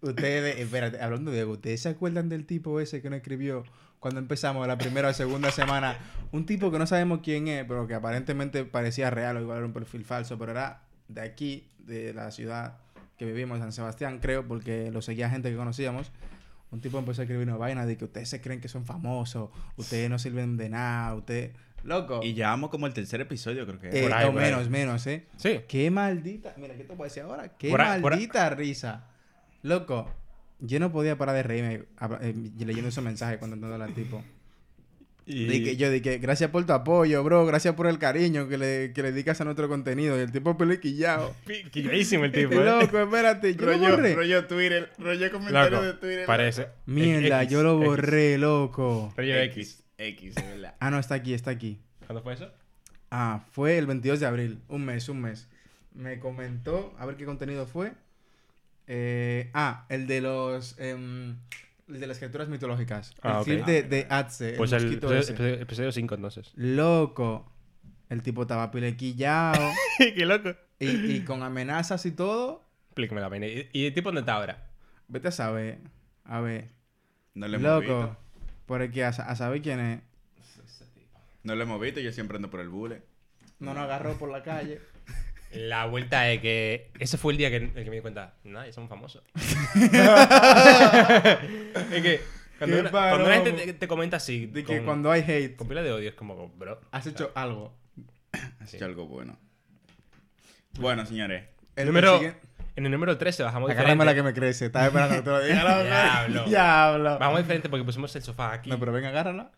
Speaker 1: ustedes, espérate, hablando de ego, ¿ustedes se acuerdan del tipo ese que nos escribió cuando empezamos la primera o segunda semana? Un tipo que no sabemos quién es, pero que aparentemente parecía real o igual era un perfil falso, pero era de aquí, de la ciudad que vivimos, San Sebastián, creo, porque lo seguía gente que conocíamos. Un tipo empezó a escribirnos vainas de que ustedes se creen que son famosos, ustedes no sirven de nada, ustedes... Loco.
Speaker 3: Eh, Y llevamos como el tercer episodio, creo que.
Speaker 1: Eh,
Speaker 4: Por ahí,
Speaker 1: o
Speaker 4: por
Speaker 1: menos, menos, ¿eh?
Speaker 4: Sí.
Speaker 1: Qué maldita. Mira, ¿qué te voy a decir ahora? Qué
Speaker 4: Por ahí, por ahí.
Speaker 1: maldita risa. Loco, yo no podía parar de reírme habla- eh, leyendo ese mensaje cuando andaba al tipo. Di que- yo dije, gracias por tu apoyo, bro. Gracias por el cariño que le, que le dedicas a nuestro contenido. Y el tipo peliquillado.
Speaker 4: Quilladísimo el tipo, ¿eh?
Speaker 1: Loco, espérate, yo lo
Speaker 3: rollo,
Speaker 1: borré.
Speaker 3: rollo Twitter, rollo comentario de
Speaker 4: Loco,
Speaker 3: Twitter.
Speaker 4: parece.
Speaker 1: Mierda,
Speaker 4: X,
Speaker 1: yo lo
Speaker 4: X.
Speaker 1: borré, loco.
Speaker 4: Rollo X.
Speaker 3: X. X, de verdad.
Speaker 1: Ah, no, está aquí, está aquí.
Speaker 4: ¿Cuándo fue eso?
Speaker 1: Ah, fue el 22 de abril. Un mes, un mes. Me comentó, a ver qué contenido fue. Eh, ah, el de los. em, el de las criaturas mitológicas. el
Speaker 4: Ah, ok.
Speaker 1: clip de, de Atze.
Speaker 4: Pues
Speaker 1: el
Speaker 4: el
Speaker 1: mosquito ese.
Speaker 4: episodio- episodio 5, entonces.
Speaker 1: *laughs* Loco. El tipo estaba
Speaker 4: *laughs*
Speaker 1: pilequillao.
Speaker 4: Qué loco.
Speaker 1: y, y con amenazas y todo.
Speaker 4: Explícame la vaina. ¿Y, y el tipo dónde está ahora?
Speaker 1: Vete a saber. A ver.
Speaker 3: No lo hemos
Speaker 1: Loco.
Speaker 3: visto.
Speaker 1: Por aquí, a, sa- a saber quién es.
Speaker 3: No lo hemos visto, yo siempre ando por el bule.
Speaker 1: No nos agarró por la
Speaker 4: *laughs*
Speaker 1: calle.
Speaker 4: La vuelta es que ese fue el día que, el que me di cuenta, no, ya somos famosos. es que cuando
Speaker 1: Qué
Speaker 4: una, cuando una gente
Speaker 1: palomo.
Speaker 4: te, te comenta así,
Speaker 1: De
Speaker 4: con,
Speaker 1: que cuando hay hate,
Speaker 4: con pila de odio es como, bro.
Speaker 1: has hecho algo.
Speaker 3: Has hecho algo bueno. Bueno, señores.
Speaker 1: El
Speaker 4: Número-
Speaker 1: siguiente-
Speaker 4: en el número 13 bajamos
Speaker 1: Agárrame la que
Speaker 4: diferente.
Speaker 1: me crece. Estaba esperando que te lo diga.
Speaker 4: Diablo.
Speaker 1: *laughs* Diablo.
Speaker 4: Bajamos diferente porque pusimos el sofá aquí.
Speaker 1: No, pero ven, agárrala.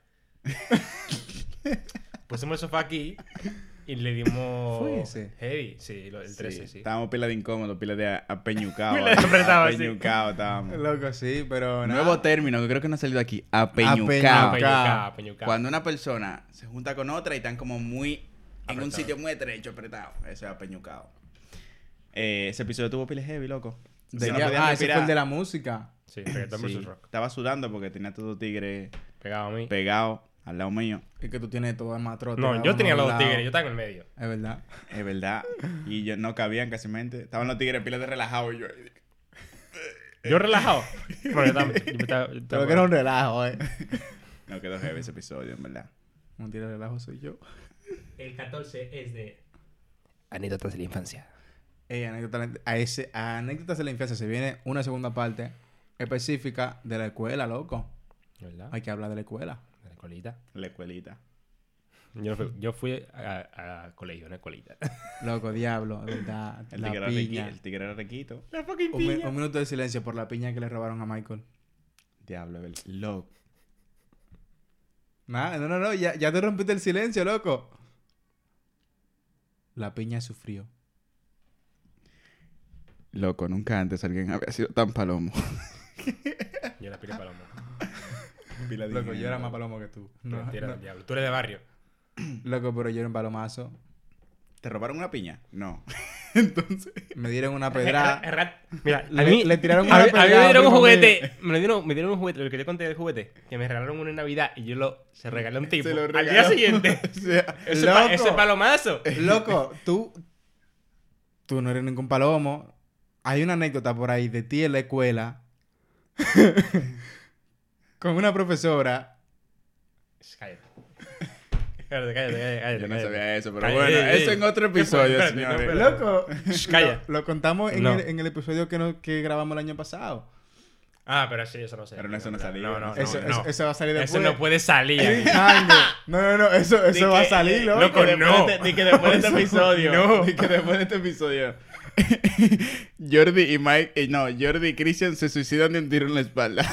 Speaker 4: Pusimos el sofá aquí y le dimos.
Speaker 1: ¿Fue ese?
Speaker 4: Heavy, sí, lo- el 13, sí.
Speaker 3: Estábamos pila de incómodo, pila de a-
Speaker 4: *laughs*
Speaker 3: apeñucado.
Speaker 4: Pila de apretado, sí.
Speaker 3: apeñucado estábamos.
Speaker 1: Loco, ah. sí, pero nada.
Speaker 3: Nuevo término que creo que no ha salido aquí. Apeñucado.
Speaker 4: Ah,
Speaker 1: Apeñucado.
Speaker 4: Peñucá, peñucá.
Speaker 3: Cuando una persona se junta con otra y están como muy en un
Speaker 4: Apretado.
Speaker 3: sitio muy estrecho, apretado. Eso es apeñucado. Eh, ese episodio tuvo pila heavy, loco.
Speaker 1: De-
Speaker 3: Yo no
Speaker 1: ya-
Speaker 3: podía
Speaker 1: ah, ese fue
Speaker 3: respirar.
Speaker 1: el de la música.
Speaker 4: Sí, reggaetón
Speaker 3: Sí,
Speaker 4: versus rock.
Speaker 3: Estaba sudando porque tenía todo tigre
Speaker 4: Pegado a mí.
Speaker 3: pegado al lado mío.
Speaker 1: Es que tú tienes todo el matrote.
Speaker 4: no,
Speaker 1: cada
Speaker 4: yo
Speaker 1: uno
Speaker 4: tenía
Speaker 1: a un
Speaker 4: los dos
Speaker 1: lado.
Speaker 4: tigres, yo estaba en el medio.
Speaker 1: Es verdad.
Speaker 3: Es verdad. Y yo no cabían casi mente. Estaban los tigres pilas de relajado y yo.
Speaker 1: *laughs*
Speaker 4: Yo relajado. Bueno, yo estaba- yo estaba- yo estaba-
Speaker 1: Eh. Pero que era un relajo, eh. *laughs*
Speaker 3: No quedó heavy ese episodio, en verdad.
Speaker 1: Un tiro de relajo soy yo.
Speaker 4: El 14 es de. Anécdotas de la infancia.
Speaker 1: Ey, anécdota- a ese, a anécdotas de la infancia se viene una segunda parte específica de la escuela, loco.
Speaker 4: ¿Verdad?
Speaker 1: Hay que hablar de la escuela.
Speaker 4: De la colita.
Speaker 3: La escuelita.
Speaker 4: Yo fui, yo fui a, a colegio, una colita.
Speaker 1: *laughs* Loco, diablo, de *laughs* verdad.
Speaker 3: El
Speaker 1: la
Speaker 3: tigre, era requi-
Speaker 1: piña.
Speaker 3: el tigre era requito.
Speaker 1: Un, mi- un minuto de silencio por la piña que le robaron a Michael.
Speaker 3: Diablo, el loco.
Speaker 1: Nah, no, no, no, ya, ya te rompiste el silencio, loco. La piña sufrió.
Speaker 3: Loco, nunca antes alguien había sido tan palomo.
Speaker 4: Yo la piré palomo.
Speaker 1: Loco, yo era más palomo que tú. No,
Speaker 4: Mentira
Speaker 1: no.
Speaker 4: del diablo. Tú eres de barrio.
Speaker 1: Loco, pero yo era un palomazo.
Speaker 3: ¿Te robaron una piña? No. *laughs*
Speaker 1: Me dieron una
Speaker 4: Eh,
Speaker 1: pedrada.
Speaker 4: Mira, a
Speaker 1: Pues Le-
Speaker 4: mí,
Speaker 1: le tiraron
Speaker 4: a
Speaker 1: una
Speaker 4: mí- a mí
Speaker 1: pedrada,
Speaker 4: me dieron un
Speaker 1: primo
Speaker 4: juguete. Me, lo dieron, me dieron un juguete, lo que te conté del juguete. Que me regalaron una Navidad y yo lo se regalé a un tipo.
Speaker 3: lo
Speaker 4: Al día
Speaker 3: regaló.
Speaker 1: *laughs*
Speaker 4: siguiente.
Speaker 1: O sea,
Speaker 4: *laughs* Ese,
Speaker 1: loco,
Speaker 4: pa- ese palomazo.
Speaker 1: loco, tú. Tú no eres ningún palomo. Hay una anécdota por ahí de ti en la escuela. *laughs* con una profesora.
Speaker 4: Cállate. *laughs* Cállate, cállate, cállate. cállate,
Speaker 3: Yo no
Speaker 4: cállate.
Speaker 3: sabía eso, pero
Speaker 4: Ay,
Speaker 3: bueno,
Speaker 4: ey, ey.
Speaker 3: eso en otro
Speaker 4: ¿Qué fue?
Speaker 3: episodio,
Speaker 4: Espérate, no,
Speaker 3: señores.
Speaker 4: espérate.
Speaker 1: Loco.
Speaker 4: Shh, calla.
Speaker 1: Lo, lo contamos en,
Speaker 4: No.
Speaker 1: el, en el episodio que, no- que grabamos el año pasado.
Speaker 4: Ah, pero sí, eso no sé.
Speaker 3: Pero no, eso no salía.
Speaker 4: No, no, no,
Speaker 1: eso,
Speaker 4: no.
Speaker 1: eso- eso va a salir después.
Speaker 4: Eso no puede salir.
Speaker 1: Sí,
Speaker 4: amigo.
Speaker 1: Ángel. No, no, no, eso, eso va a salir, loco.
Speaker 4: loco, *laughs* no.
Speaker 3: Ni que después de este *laughs* episodio.
Speaker 1: *laughs*
Speaker 4: No.
Speaker 3: Ni que después de este episodio. *laughs* Jordi y Mike. eh, no, Jordi y Christian se suicidan de un tiro en la espalda.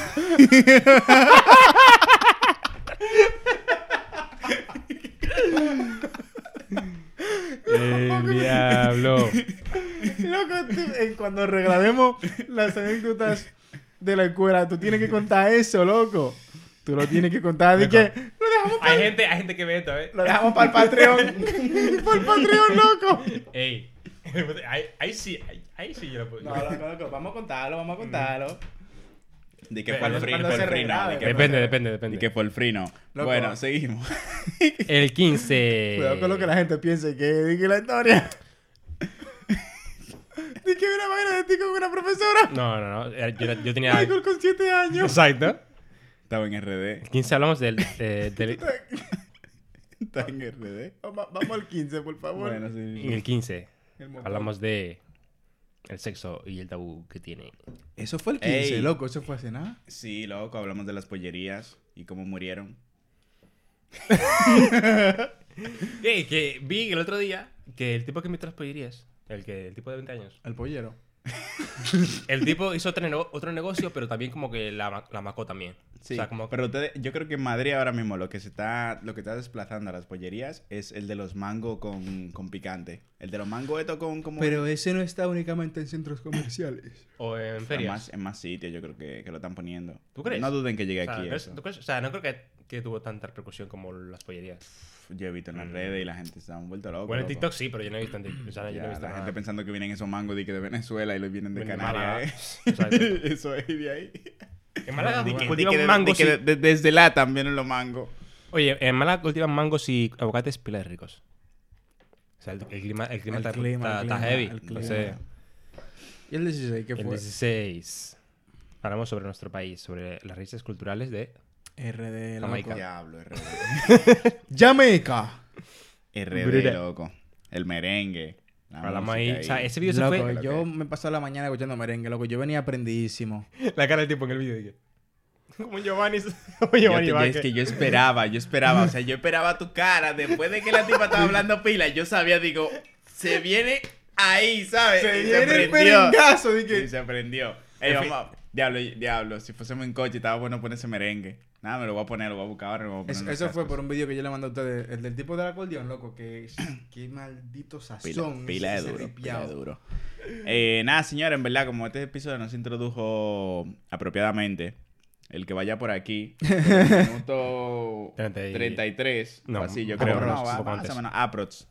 Speaker 4: El diablo.
Speaker 1: Loco, tú- eh, cuando regrabemos las anécdotas de la escuela, tú tienes que contar eso, loco. Tú lo tienes que contar. Di que lo dejamos,
Speaker 4: Hay gente, hay gente que ve esto, ¿eh?
Speaker 1: lo dejamos para el
Speaker 4: *laughs*
Speaker 1: Patreon. para el Patreon, loco.
Speaker 4: Ey. *laughs* Ahí, ahí sí, ahí, ahí sí yo lo puedo. *laughs*
Speaker 1: No, loco, loco, vamos a contarlo, vamos a contarlo.
Speaker 3: De que
Speaker 4: Cuando-
Speaker 3: Polfrino,
Speaker 1: cuando se
Speaker 3: Polfrino,
Speaker 1: regrabe,
Speaker 3: de que
Speaker 4: depende,
Speaker 3: Polfrino.
Speaker 4: depende,
Speaker 3: De
Speaker 4: depende.
Speaker 3: que Polfrino.
Speaker 1: Loco.
Speaker 3: Bueno, seguimos. *laughs*
Speaker 4: El 15.
Speaker 1: *laughs* Cuidado con lo que la gente piense que di que la historia. *laughs* Di que una vaina de ti con una profesora.
Speaker 4: No, no, no. eh, Yo,
Speaker 1: *laughs*
Speaker 4: yo tenía.
Speaker 1: Michael con 7 años. *laughs*
Speaker 4: Exacto.
Speaker 3: Estaba en RD.
Speaker 4: 15 hablamos del. eh,
Speaker 1: *laughs*
Speaker 4: del
Speaker 3: Estaba en RD.
Speaker 1: Va- Vamos al 15, por favor.
Speaker 3: Bueno, sí.
Speaker 4: en el 15.
Speaker 1: El motor.
Speaker 4: Hablamos de. El sexo y el tabú que tiene.
Speaker 1: Eso fue el
Speaker 3: Ey.
Speaker 1: loco, eso fue hace nada.
Speaker 3: Sí, loco, hablamos de las pollerías y cómo murieron.
Speaker 4: Ey, que vi el otro día que el tipo que invitó a las pollerías, el, que, el tipo de 20 años,
Speaker 1: El pollero.
Speaker 4: el tipo hizo otro, nego- otro negocio, pero también como que la, ma- la macó también.
Speaker 3: Sí,
Speaker 4: O sea, como
Speaker 3: pero ustedes- yo creo que en Madrid ahora mismo lo que se está lo que está desplazando a las pollerías es el de los mangos con, con picante. El de los mangos esto con como
Speaker 1: Pero ese no está únicamente en centros comerciales.
Speaker 4: O en
Speaker 3: en
Speaker 4: ferias.
Speaker 3: más, en más sitios yo creo que, que lo están poniendo.
Speaker 4: ¿Tú crees?
Speaker 3: No duden que llegue
Speaker 4: O sea,
Speaker 3: aquí
Speaker 4: no es-
Speaker 3: eso.
Speaker 4: ¿tú crees? O sea, no creo que, que tuvo tanta repercusión como las pollerías.
Speaker 3: Pff, Yo he visto en las
Speaker 4: Mm.
Speaker 3: redes y la gente se ha vuelto loco.
Speaker 4: Bueno, en
Speaker 3: Oh, loco.
Speaker 4: TikTok sí, pero yo no he visto en TikTok. O sea, yo
Speaker 3: Ya,
Speaker 4: no he
Speaker 3: la
Speaker 4: visto nada.
Speaker 3: gente pensando que vienen esos mangos de, que de Venezuela y los vienen de
Speaker 4: Vienen de
Speaker 3: Canarias.
Speaker 4: Málaga.
Speaker 3: ¿eh? *laughs* eso es de ahí.
Speaker 4: En
Speaker 3: *laughs*
Speaker 4: Málaga
Speaker 3: Di que- di
Speaker 4: cultivan
Speaker 3: que de- di
Speaker 4: mangos
Speaker 3: que
Speaker 4: y...
Speaker 3: de- de- desde la también los mangos.
Speaker 4: Oye, en Málaga cultivan mangos y aguacates pilas de ricos. O sea, el, el clima, el clima
Speaker 1: El
Speaker 4: está,
Speaker 1: clima,
Speaker 4: está-
Speaker 1: el
Speaker 4: está
Speaker 1: clima,
Speaker 4: heavy.
Speaker 1: el clima.
Speaker 4: Entonces,
Speaker 1: ¿Y el 16 qué
Speaker 4: el
Speaker 1: fue?
Speaker 4: 16 hablamos sobre nuestro país, sobre las raíces culturales de...
Speaker 1: RD,
Speaker 4: Jamaica.
Speaker 1: loco.
Speaker 3: Diablo, RD.
Speaker 1: Jamaica.
Speaker 3: RD,
Speaker 4: Brutal.
Speaker 3: loco. El merengue. la
Speaker 4: Hablamos
Speaker 3: música
Speaker 4: ahí. O sea, ese video se
Speaker 1: Loco,
Speaker 4: fue...
Speaker 1: yo me pasé la mañana escuchando merengue, loco. Yo venía aprendidísimo.
Speaker 4: La cara del tipo en el video.
Speaker 1: *laughs*
Speaker 4: Como *laughs* Giovanni... Como
Speaker 3: Yo te- yo- es que yo esperaba, yo esperaba, o sea, yo esperaba tu cara. Después de que la tipa estaba hablando pila, yo sabía, digo, se viene ahí, ¿sabes? Y Y se aprendió. Ey,
Speaker 4: En fin.
Speaker 3: vamos, diablo, diablo, si fuésemos en coche, estaba bueno ponerse merengue. Nada, me lo voy a poner, lo voy a buscar ahora. me lo voy a poner
Speaker 1: Eso,
Speaker 3: en los
Speaker 1: eso fue
Speaker 3: cascos.
Speaker 1: por un vídeo que yo le mandé a ustedes. El del tipo del acordeón, loco. Que, *clears throat* qué maldito sazón.
Speaker 3: Pila, pila de
Speaker 1: ese
Speaker 3: duro, pila de
Speaker 1: ripiao.
Speaker 3: duro. Eh, nada, señora, en verdad, como este episodio no se introdujo apropiadamente, el que vaya
Speaker 1: *laughs*
Speaker 3: por aquí, por el minuto
Speaker 4: Treinta y-
Speaker 3: 33,
Speaker 4: No,
Speaker 3: o así yo creo,
Speaker 1: aprox,
Speaker 3: no, va-
Speaker 4: poco
Speaker 3: más
Speaker 4: antes.
Speaker 3: o menos, aprox,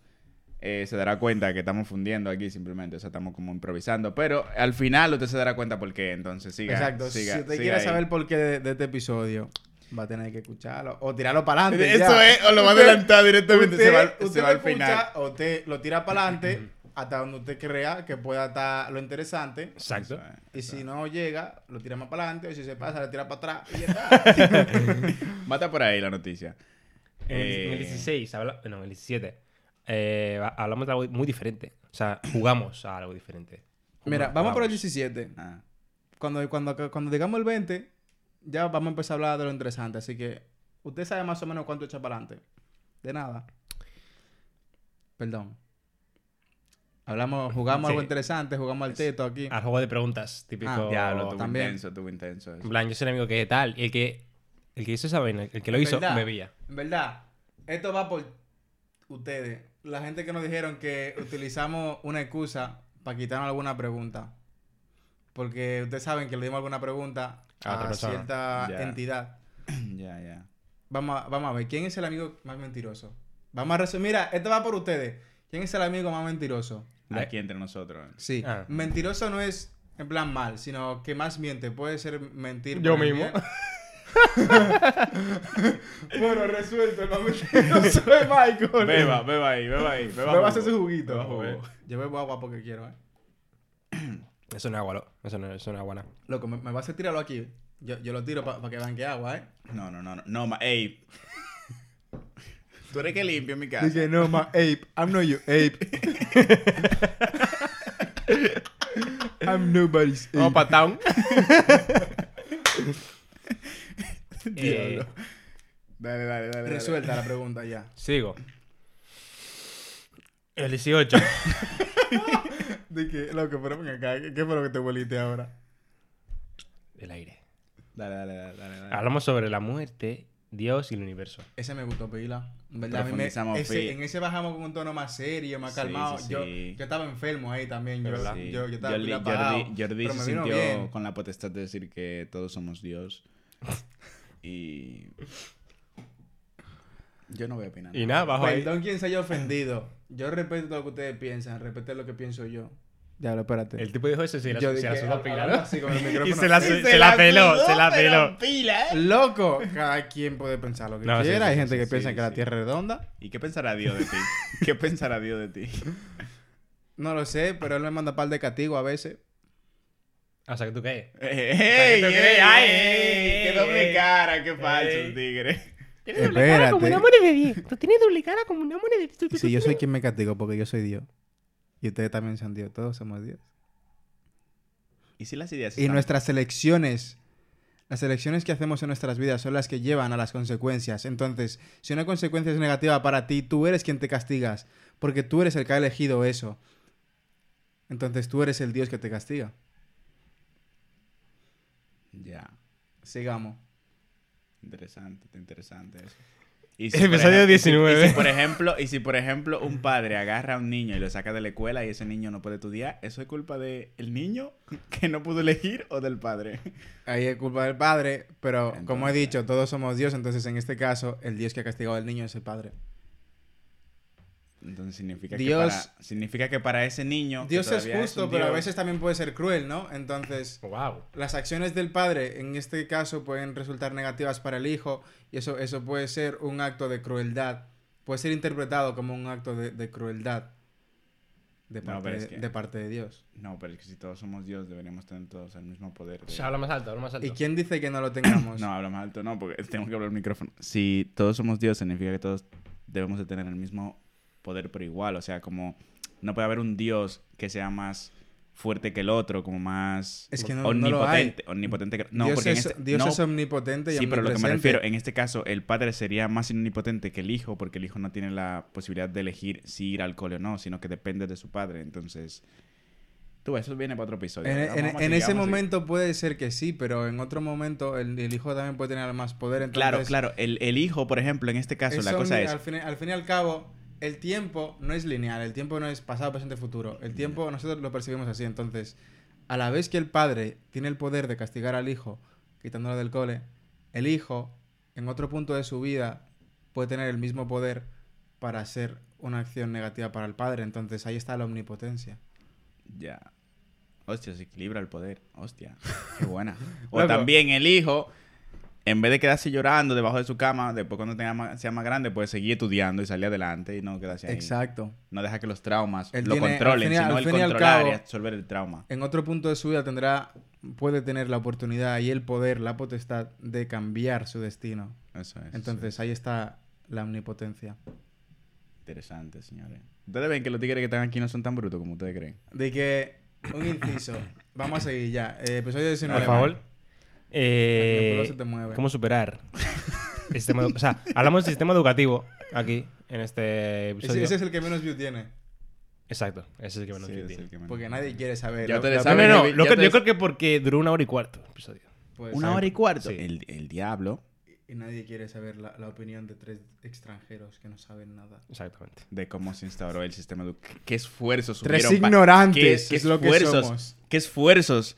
Speaker 3: eh, se dará cuenta que estamos fundiendo aquí simplemente, o sea, estamos como improvisando, pero al final usted se dará cuenta por qué, entonces siga,
Speaker 1: Exacto.
Speaker 3: siga,
Speaker 1: si usted
Speaker 3: siga
Speaker 1: quiere
Speaker 3: ahí.
Speaker 1: saber por qué de, de este episodio, va a tener que escucharlo. O tirarlo para adelante.
Speaker 3: Eso es, o lo va a adelantar directamente, se va, se
Speaker 1: usted
Speaker 3: va
Speaker 1: lo
Speaker 3: al final.
Speaker 1: escucha, o usted lo tira para adelante hasta donde usted crea que pueda estar lo interesante.
Speaker 4: Exacto.
Speaker 1: Y si no llega, lo tira más para adelante. Y si se pasa, lo tira para atrás. Y ya está.
Speaker 3: *laughs* Mata por ahí la noticia.
Speaker 4: En el-
Speaker 3: Eh,
Speaker 4: en el 16, habla- no, en el 17, eh, ha- hablamos de algo muy diferente. O sea, *coughs* jugamos a algo diferente.
Speaker 1: Mira,
Speaker 4: Jugamos-
Speaker 1: vamos por el
Speaker 4: jugamos.
Speaker 1: 17.
Speaker 3: Ah,
Speaker 1: Cuando, cuando, cuando digamos el 20, ya vamos a empezar a hablar de lo interesante. Así que, usted sabe más o menos cuánto echa para adelante. De nada. Perdón. Hablamos, jugamos
Speaker 4: Sí. Ah.
Speaker 1: algo interesante, jugamos al teto aquí.
Speaker 4: Al juego de preguntas, típico.
Speaker 1: Ah,
Speaker 3: diablo, tuvo
Speaker 1: también.
Speaker 3: intenso, tuvo intenso.
Speaker 4: *clears throat*
Speaker 3: eso.
Speaker 4: En plan, yo soy el amigo que tal. Y el que, el que hizo esa vaina, el que lo
Speaker 1: En
Speaker 4: hizo,
Speaker 1: verdad,
Speaker 4: bebía.
Speaker 1: En verdad, esto va por ustedes. La gente que nos dijeron que utilizamos una excusa para quitarnos alguna pregunta. Porque ustedes saben que le dimos alguna pregunta
Speaker 4: A otra
Speaker 1: a,
Speaker 4: persona.
Speaker 1: cierta
Speaker 3: Ya.
Speaker 1: entidad.
Speaker 3: ya, ya.
Speaker 1: Vamos a, vamos a ver, ¿quién es el amigo más mentiroso? Vamos a resumir. Mira, esto va por ustedes. ¿Quién es el amigo más mentiroso?
Speaker 3: Aquí entre nosotros.
Speaker 1: Sí.
Speaker 4: Ah.
Speaker 1: Mentiroso no es en plan mal, sino que más miente. Puede ser mentir.
Speaker 4: Yo
Speaker 1: por el
Speaker 4: mismo.
Speaker 1: bien. *laughs* bueno, resuelto. El más mentiroso es Michael.
Speaker 3: Beba, beba ahí, beba ahí.
Speaker 1: Me va
Speaker 3: Beba,
Speaker 1: a
Speaker 3: jugo.
Speaker 1: hacer su juguito.
Speaker 3: Beba jugo.
Speaker 1: Yo bebo agua porque quiero, eh.
Speaker 4: Eso no es agua, lo- Eso no, eso no es agua, nada.
Speaker 1: Loco, me, me vas a tirarlo aquí. Yo, yo lo tiro para que banque agua, eh.
Speaker 3: No, no, no, no. No, ma, ey. Tú eres que limpio en mi casa.
Speaker 1: Dije, no, ma, ape. I'm not you, *laughs* ape. I'm nobody's ape.
Speaker 4: Vamos
Speaker 1: *laughs*
Speaker 4: para town. Eh,
Speaker 3: Diablo. Dale, dale, dale.
Speaker 1: Resuelta la pregunta ya.
Speaker 4: sigo. El 18.
Speaker 1: Dije, loco, pero ven acá. ¿Qué qué fue lo que te voliste ahora?
Speaker 4: el aire.
Speaker 3: Dale, dale, dale, dale. dale.
Speaker 4: Hablamos sobre la muerte, Dios y el universo.
Speaker 1: Ese me gustó, pila. En verdad, a mí me,
Speaker 3: Profundizamos,
Speaker 1: ese,
Speaker 3: Pi.
Speaker 1: en ese bajamos con un tono más serio, más
Speaker 3: Sí,
Speaker 1: calmado.
Speaker 3: sí,
Speaker 1: Yo,
Speaker 3: sí.
Speaker 1: yo estaba enfermo ahí también. Yo,
Speaker 4: ¿Verdad?
Speaker 3: Sí.
Speaker 1: yo, yo estaba
Speaker 3: Jordi,
Speaker 1: pila apagado,
Speaker 3: Jordi, Jordi
Speaker 1: pero
Speaker 3: se
Speaker 1: me vino
Speaker 3: sintió
Speaker 1: bien.
Speaker 3: con la potestad de decir que todos somos Dios. Y. Yo no voy a opinar.
Speaker 4: Y nada, bajo ahí.
Speaker 1: Perdón quien se haya ofendido. Yo respeto todo lo que ustedes piensan, respeto lo que pienso yo. Ya, pero espérate.
Speaker 4: El tipo dijo eso y se la,
Speaker 1: Yo
Speaker 4: se
Speaker 1: dije,
Speaker 4: la sudó
Speaker 1: hab-
Speaker 4: pila,
Speaker 1: hablando
Speaker 4: ¿no?
Speaker 1: así
Speaker 3: *laughs*
Speaker 1: con el
Speaker 4: Y
Speaker 1: micrófono.
Speaker 4: se la,
Speaker 1: Sí,
Speaker 4: su- se la peló, se la peló.
Speaker 3: ¿eh?
Speaker 1: Loco, cada quien puede pensar lo que
Speaker 4: No, sí,
Speaker 1: quiera.
Speaker 4: sí,
Speaker 1: Hay
Speaker 4: sí,
Speaker 1: gente
Speaker 4: sí,
Speaker 1: que
Speaker 4: sí,
Speaker 1: piensa que la
Speaker 3: sí.
Speaker 1: Tierra es redonda.
Speaker 3: ¿Y qué pensará Dios de ti? ¿Qué pensará Dios de ti?
Speaker 1: No lo sé, pero él me manda par de castigo a veces.
Speaker 4: Ah, O sea, que tú qué.
Speaker 3: ¡Ey! ¡Ey!
Speaker 4: crees?
Speaker 3: ey,
Speaker 4: Ay,
Speaker 3: ey,
Speaker 4: ey,
Speaker 3: ¡Qué doble
Speaker 4: ey.
Speaker 3: cara! ¡Qué falso,
Speaker 4: Ey.
Speaker 3: tigre!
Speaker 1: Espérate.
Speaker 5: Tú tienes doble cara como una moneda.
Speaker 1: Si yo soy quien me castigo porque yo soy Dios. Y ustedes también son Dios, todos somos Dios.
Speaker 3: ¿Y si las ideas
Speaker 1: Y
Speaker 3: están-
Speaker 1: nuestras elecciones, las elecciones que hacemos en nuestras vidas son las que llevan a las consecuencias. Entonces, si una consecuencia es negativa para ti, tú eres quien te castigas, porque tú eres el que ha elegido eso. Entonces tú eres el Dios que te castiga.
Speaker 3: Ya.
Speaker 1: Sigamos.
Speaker 3: Interesante, está interesante eso. Y
Speaker 4: El
Speaker 3: por
Speaker 4: episodio
Speaker 3: ejem- y si-
Speaker 4: 19.
Speaker 3: Y si, por ejemplo, y si, por ejemplo, un padre agarra a un niño y lo saca de la escuela y ese niño no puede estudiar, ¿eso es culpa del niño que no pudo elegir o del padre?
Speaker 1: Ahí es culpa del padre, pero como he
Speaker 3: Entonces-
Speaker 1: dicho, todos somos Dios, entonces en este caso el Dios que ha castigado al niño es el padre.
Speaker 3: Entonces significa,
Speaker 1: Dios-
Speaker 3: que, para, significa que para ese niño... que
Speaker 1: Dios es
Speaker 3: todavía
Speaker 1: justo,
Speaker 3: un
Speaker 1: pero a
Speaker 3: Dios,
Speaker 1: veces también puede ser cruel, ¿no? Entonces...
Speaker 4: Wow.
Speaker 1: las acciones del padre en este caso pueden resultar negativas para el hijo y eso, eso puede ser un acto de crueldad. Puede ser interpretado como un acto de, de crueldad de
Speaker 3: No,
Speaker 1: parte,
Speaker 3: pero es
Speaker 1: de,
Speaker 3: que-
Speaker 1: de parte de Dios.
Speaker 3: No, pero es que si todos somos Dios, deberíamos tener todos el mismo poder. de-
Speaker 4: O sea, habla más alto, habla más alto.
Speaker 1: ¿Y quién dice que no lo tengamos?
Speaker 3: No, habla más alto, no, porque tengo que hablar al micrófono. Si todos somos Dios, significa que todos debemos de tener el mismo poder por igual. O sea, como no puede haber un Dios que sea más fuerte que el otro, como más
Speaker 1: Es que no- no lo hay.
Speaker 3: omnipotente. omnipotente que- no,
Speaker 1: Dios
Speaker 3: porque en
Speaker 1: es,
Speaker 3: este-
Speaker 1: Dios
Speaker 3: no,
Speaker 1: es omnipotente y
Speaker 3: Sí, pero lo que me
Speaker 1: omnipresente.
Speaker 3: refiero, en este caso, el padre sería más omnipotente que el hijo, porque el hijo no tiene la posibilidad de elegir si ir al cole o no, sino que depende de su padre. Entonces, tú, ves, eso viene para otro episodio.
Speaker 1: En, e,
Speaker 3: Vamos a
Speaker 1: en-
Speaker 3: seguir,
Speaker 1: en
Speaker 3: vamos a
Speaker 1: ese
Speaker 3: seguir.
Speaker 1: momento puede ser que sí, pero en otro momento el, el hijo también puede tener más poder.
Speaker 3: Claro,
Speaker 1: entonces,
Speaker 3: claro. El, el hijo, por ejemplo, en este caso, la
Speaker 1: Eso,
Speaker 3: cosa
Speaker 1: mi-
Speaker 3: es...
Speaker 1: Al fin, al fin y al cabo, el tiempo no es lineal, el tiempo no es pasado, presente, futuro. El tiempo nosotros lo percibimos así. Entonces, a la vez que el padre tiene el poder de castigar al hijo, quitándolo del cole, el hijo, en otro punto de su vida, puede tener el mismo poder para hacer una acción negativa para el padre. Entonces, ahí está la omnipotencia.
Speaker 3: Ya. Hostia, se equilibra el poder. Hostia,
Speaker 1: *laughs*
Speaker 3: qué buena. o
Speaker 1: Loco.
Speaker 3: también el hijo, en vez de quedarse llorando debajo de su cama, después cuando tenga ma- sea más grande, puede seguir estudiando y salir adelante y no quedarse ahí.
Speaker 1: Exacto.
Speaker 3: No deja que los traumas
Speaker 1: Él
Speaker 3: lo
Speaker 1: tiene- al
Speaker 3: controlen,
Speaker 1: fin y-
Speaker 3: sino
Speaker 1: al
Speaker 3: el
Speaker 1: fin y al
Speaker 3: controlar y
Speaker 1: cabo-
Speaker 3: absorber el trauma.
Speaker 1: en otro punto de su vida tendrá, puede tener la oportunidad y el poder, la potestad de cambiar su destino.
Speaker 3: Eso es.
Speaker 1: Entonces ahí está la omnipotencia.
Speaker 3: Interesante, señores. Ustedes ven que los tigres que están aquí no son tan brutos como ustedes creen.
Speaker 1: De que, un
Speaker 3: *coughs*
Speaker 1: inciso. Vamos a seguir ya. Eh, episodio 19.
Speaker 4: Por favor.
Speaker 1: man.
Speaker 4: Eh,
Speaker 1: El culo se te mueve.
Speaker 4: ¿Cómo superar? el sistema edu- o sea, hablamos del sistema educativo aquí, en
Speaker 1: Ese,
Speaker 4: este episodio.
Speaker 1: ese es el que menos view tiene.
Speaker 4: Exacto, ese es el que menos
Speaker 3: Sí,
Speaker 4: tiene.
Speaker 3: es el que menos-
Speaker 1: Porque nadie quiere saber.
Speaker 3: Ya
Speaker 1: Lo-
Speaker 3: ustedes
Speaker 1: la-
Speaker 4: No,
Speaker 3: saben,
Speaker 4: no, no.
Speaker 3: Kevin,
Speaker 4: lo
Speaker 3: ya
Speaker 4: que-
Speaker 3: te-
Speaker 4: yo creo que porque duró una hora y cuarto el episodio.
Speaker 1: pues,
Speaker 3: Una hora y cuarto.
Speaker 4: Sí.
Speaker 3: El, el diablo.
Speaker 1: Y nadie quiere saber la, la opinión de tres extranjeros que no saben nada.
Speaker 4: Exactamente.
Speaker 3: De cómo se instauró el sistema educativo. Qué esfuerzos
Speaker 1: Tres
Speaker 3: hubieron pa-
Speaker 1: ignorantes,
Speaker 3: qué-
Speaker 1: es
Speaker 3: qué
Speaker 1: lo que
Speaker 3: esfuerzos-
Speaker 1: somos.
Speaker 3: Qué esfuerzos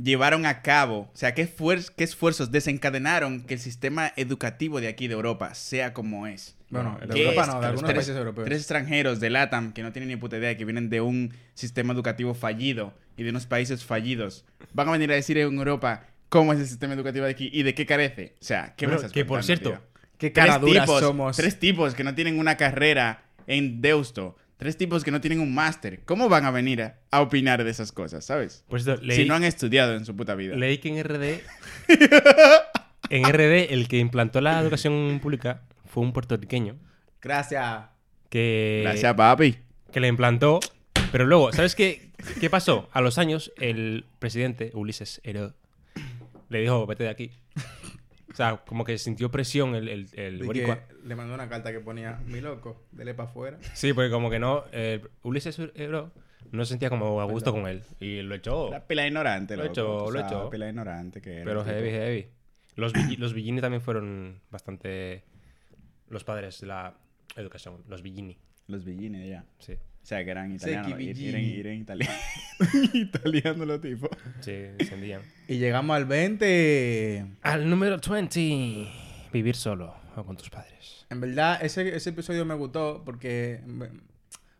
Speaker 3: llevaron a cabo. O sea, qué, esfuer- qué esfuerzos desencadenaron que el sistema educativo de aquí, de Europa, sea como es.
Speaker 1: Bueno, de
Speaker 3: ¿Qué
Speaker 1: Europa
Speaker 3: es?
Speaker 1: no, de algunos
Speaker 3: tres,
Speaker 1: países europeos.
Speaker 3: Tres extranjeros de LATAM que no tienen ni puta idea, que vienen de un sistema educativo fallido y de unos países fallidos, van a venir a decir en Europa cómo es el sistema educativo de aquí y de qué carece. O sea, ¿qué
Speaker 4: Bueno,
Speaker 3: me estás
Speaker 4: que, por
Speaker 3: contando,
Speaker 4: cierto,
Speaker 3: tío?
Speaker 1: Qué
Speaker 3: Tres
Speaker 1: caraduras
Speaker 3: tipos,
Speaker 1: somos.
Speaker 3: Tres tipos que no tienen una carrera en Deusto. Tres tipos que no tienen un máster. ¿Cómo van a venir a, a opinar de esas cosas, sabes?
Speaker 4: Por cierto, leí,
Speaker 3: Si no han estudiado en su puta vida.
Speaker 4: leí que en *laughs* RD. en RD, el que implantó la educación pública fue un puertorriqueño
Speaker 1: Gracias.
Speaker 4: que,
Speaker 3: Gracias, papi.
Speaker 4: que le implantó. Pero luego, ¿sabes qué, qué pasó? A los años, el presidente Ulises Herod le dijo: vete de aquí. O sea, como que sintió presión el, el, el
Speaker 1: De
Speaker 4: boricua.
Speaker 1: que le mandó una carta que ponía, mi loco, dele para afuera.
Speaker 4: Sí, porque como que no. eh, Ulises Herod no se sentía como a gusto con él. Y lo echó.
Speaker 3: La pela ignorante,
Speaker 4: Oh. Lo he
Speaker 3: loco.
Speaker 4: hecho,
Speaker 3: tú
Speaker 4: lo he
Speaker 3: sabes,
Speaker 4: hecho.
Speaker 3: pela ignorante que era,
Speaker 4: Pero
Speaker 3: tipo.
Speaker 4: heavy, heavy. Los, Villi- los Villini también fueron bastante los padres de la educación. Los Villini,
Speaker 3: Los Villini de allá.
Speaker 4: sí.
Speaker 3: O sea, que eran
Speaker 1: Secchi
Speaker 3: italianos. ir-
Speaker 1: Villini.
Speaker 3: Eran, eran italianos. *laughs* italianos los tipos.
Speaker 4: Sí, descendían.
Speaker 1: Y llegamos al 20.
Speaker 4: Al número 20. Vivir solo o con tus padres.
Speaker 1: En verdad, ese, ese episodio me gustó porque.